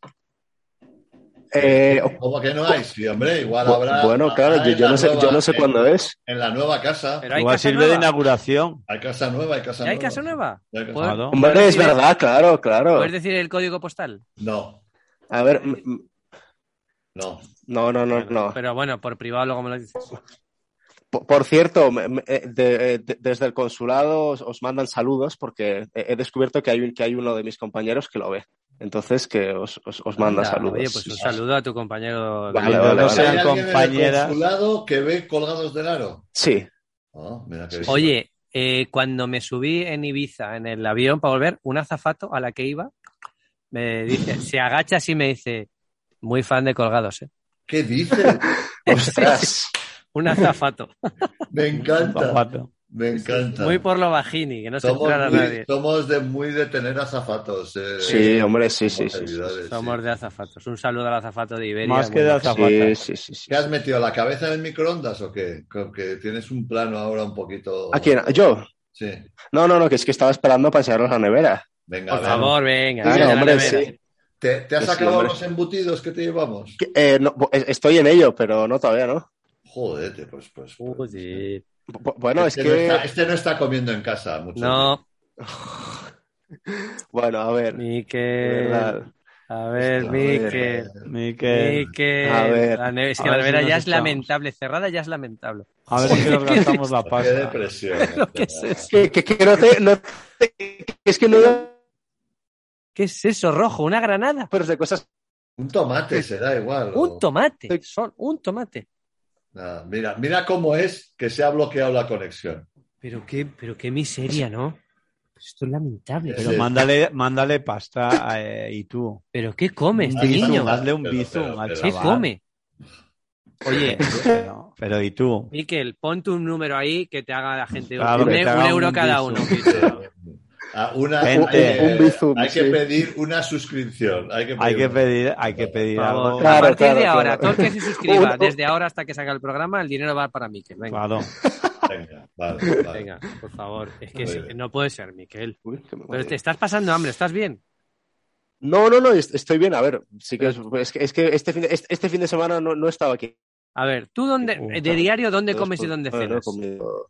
Eh, ¿Cómo que no hay? Sí, hombre, igual bu- habrá. bueno, claro, habrá yo, en yo la no sé, yo nueva- no sé en- cuándo eh. es. En la nueva casa. Pero hay Igual casa sirve de nueva. inauguración. Hay casa nueva, hay casa ¿Ya nueva. hay casa nueva? Ya hay casa Pues- nueva. Claro. Hombre, es decir- verdad, claro, claro. ¿Puedes decir el código postal? No, A ver, m- m- no. no, no, no, no. Pero bueno, por privado luego me lo dices. Por, por cierto, me- me- eh, de- eh, de- desde el consulado os, os mandan saludos porque he, he descubierto que hay, un, que hay uno de mis compañeros que lo ve. Entonces, que os, os, os manda Anda, saludos. Oye, pues un saludo a tu compañero. Vale, Cuando vale, no vale. ¿Hay sean alguien en el compañeras. consulado que ve colgados del aro? Sí, Ah, mira qué bien. Oye, eh, cuando me subí en Ibiza en el avión para volver, un azafato a la que iba me dice, se agacha así y me dice, muy fan de colgados, ¿eh? ¿Qué dices? ostras. Un azafato. Me encanta, Zapato. me encanta. muy por lo bajini, que no se somos, entrara muy- nadie. somos de muy de tener azafatos. eh, Sí, hombre, sí, como sí, sí. sí. servidores, Somos sí. de azafatos. Un saludo al azafato de Iberia. Más que muy de majo. azafata. Sí, sí, sí, sí. ¿Qué has metido? ¿La cabeza en el microondas o qué? Creo que tienes un plano ahora un poquito. ¿A quién? ¿Yo? Sí. No, no, no, que es que estaba esperando para enseñaros la nevera. Venga, Por a ver. favor, venga. Claro, venga, la hombre, nevera. sí. ¿Te, te has Sí, acabado hombre. los embutidos que te llevamos? Que- eh, no, bo- eh, estoy en ello, pero no todavía, ¿no? Jodete, pues, pues. pues. eh, Joder. Bu- bu- Bueno, es Este no está, que... este no está comiendo en casa pues, mucho. No, Bueno, a ver. eh, de Miquel. verdad. A ver, A Miquel. Eh, Miquel, Miquel. A ver. La neve- Es que A la ver si nevera nos ya es estamos. lamentable. Cerrada ya es lamentable. a ver si nos gastamos la Qué pasta. depresión. este, ¿Qué es eso? Que, que- que no te... no te- es que no... ¿Qué es eso, rojo? ¿Una granada? Pero de cosas... Un tomate será igual. o- Un tomate. Son un tomate. Nada, mira, mira cómo es que se ha bloqueado la conexión. Pero qué, pero qué miseria, ¿no? Pues Esto es lamentable. Ese Pero Pero, es- mándale, mándale pasta a, eh, y tú. pero ¿qué come este Aquí está niño? un gato. Hazle un Pero, bizum pero, al pero, ¿Qué chaval. come? Oye, Pero, pero y tú. Miquel, pon tu número ahí que te haga la gente Claro, un, que te e- haga un un euro cada bizum. uno. Ah, una, Gente. hay que- Un bizum, hay que sí. pedir una suscripción. Hay que pedir, Hay que una. pedir, hay que pedir Por favor. algo. a Claro, partir de claro, ahora, claro. todo el que se suscriba Un- un- desde ahora hasta que salga el programa, el dinero va para Miquel. Venga, Claro. Venga, vale, vale. venga, por favor. Es que Muy sí, bien. no puede ser, Miquel. Uy, que Pero me este- maté. te estás pasando hambre, ¿estás bien? No, no, no, est- estoy bien. A ver, sí que es, es que, es que este, fin de, este, este fin de semana no, no estaba aquí. A ver, tú dónde, Puta. de diario, ¿dónde comes y Entonces, dónde pues, no, no he cenas? comido.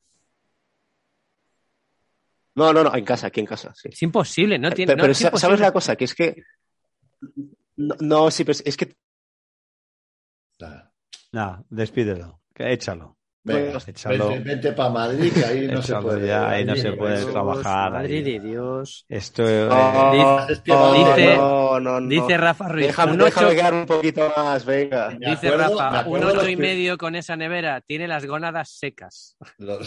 No, no, no, en casa, aquí en casa, sí. Es imposible, no tiene. Pe- no, Eh, pero es sa- ¿sabes imposible. la cosa? Que es que... No, no, sí, pero es- es que... Nada. Nada, despídelo. Que Échalo. Venga, Échalo. vente, para Madrid, que ahí no se Échalo puede. eh, ya, ahí no se Ahí- puede ahí- trabajar. Madre ahí. de Dios. Esto eh, Ah. No, Es que va- Dice- no, no, no. Dice Rafa Ruiz, Déjame, un ocho- déjame quedar un poquito más, venga. Me dice acuerdo- me Rafa, un acuerdo ocho los pri- y medio con esa nevera, tiene las gónadas secas. Los,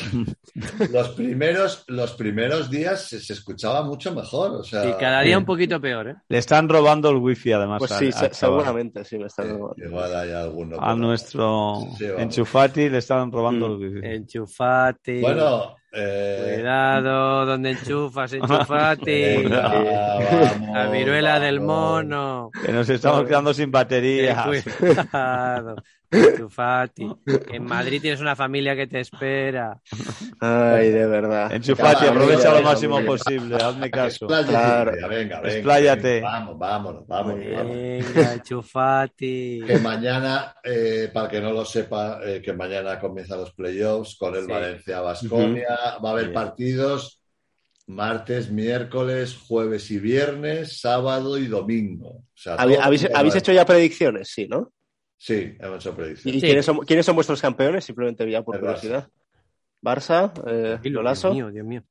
los primeros, los primeros días se, se escuchaba mucho mejor. O sea, Y cada día sí. un poquito peor, ¿eh? le están robando el wifi además. Pues al- sí, al se- chaval. seguramente, sí, me está eh, robando. igual hay alguno. A por- nuestro Sí, vamos. enchufati le están robando el wifi. Eh, Enchufate. Bueno, eh, Cuidado, donde enchufas, enchufate. venga, vamos, La viruela del vamos. mono. Que nos estamos quedando sin baterías. eh, Cuidado, enchufate. En Madrid tienes una familia que te espera. Ay, de verdad. Enchufati, Venga, aprovecha lo venga, máximo venga. posible, hazme caso. Expláyate, Claro. Silvia, venga, venga. Expláyate. Vamos, vámonos, vamos. Muy vamos. Venga, enchufate. Que mañana, eh, para que no lo sepa, eh, que mañana comienzan los playoffs con el Sí. Valencia Basconia. Va a haber Bien. partidos martes, miércoles, jueves y viernes, sábado y domingo. O sea, ¿Habéis, todo habéis- el habéis Valencia. hecho ya predicciones? Sí, ¿no? Sí, hemos hecho predicción. ¿Y Sí. ¿quiénes, son, quiénes son vuestros campeones? Simplemente ya por El curiosidad. Barça, eh, Dilo, Lolaso. Dios mío, Dios mío.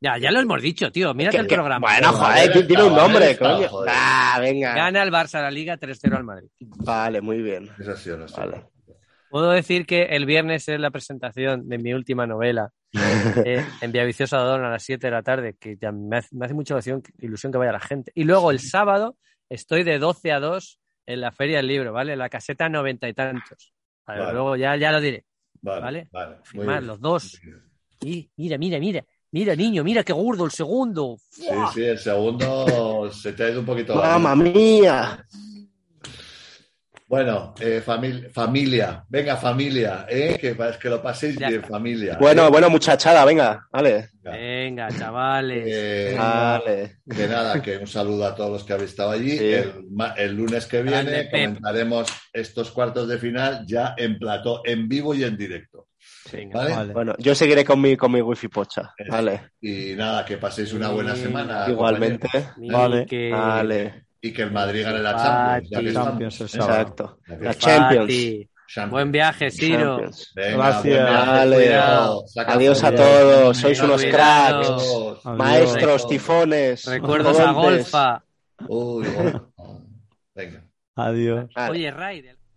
Ya, ya lo hemos dicho, tío. Mírate Que- el que- programa. Bueno, Joder, joder, di- dile un joder, nombre, está, coño. joder. Ah, venga. Gana el Barça la Liga 3-0 al Madrid. Vale, muy bien. Esa ha sido nuestra. Vale. Puedo decir que el viernes es la presentación de mi última novela eh, en Villaviciosa de Odón a las 7 de la tarde, que ya me hace, me hace mucha ilusión, ilusión que vaya la gente. Y luego el sábado estoy de 12 a 2 en la Feria del Libro, ¿vale? La caseta noventa y tantos. Vale, Vale. Luego ya, ya lo diré. Vale, Vale. vale, muy Firmar bien. los dos. Y mira, mira, mira. Mira, niño, mira qué gordo el segundo. Sí, sí, el segundo se te ha ido un poquito. la ¡Mamma mano. mía! Bueno, eh, famil- familia, venga familia, ¿eh? que, pa- que lo paséis Ya bien está. familia. Bueno, bueno, muchachada, venga, vale. Venga, chavales. Eh, Vale. Que nada, que un saludo a todos los que habéis estado allí. Sí. El, ma- el lunes que Grande, viene Pep. comentaremos estos cuartos de final ya en plató, en vivo y en directo. Venga. ¿vale? Eh, Vale. Bueno, yo seguiré con mi, con mi wifi pocha. Eso. Vale. Y nada, que paséis una buena Sí. semana. Igualmente. compañeros. Vale. Miquel, Vale. Y que el Madrid gane la Champions. Ya que Ah, Pati. estamos. Champions el sábado. Exacto. Ya que La estamos. Champions. Pati. Champions. Buen viaje, Ciro. Champions. Venga, Gracias. buen viaje, Vale. cuidado, saca Adiós a fotos. todos. Sois unos Cuidado. cracks. Adiós. Adiós. Maestros, tifones. Recuerdos a golpes. Golfa. Uy, gol. oh, Venga. Adiós. Vale. Oye, Ray. del-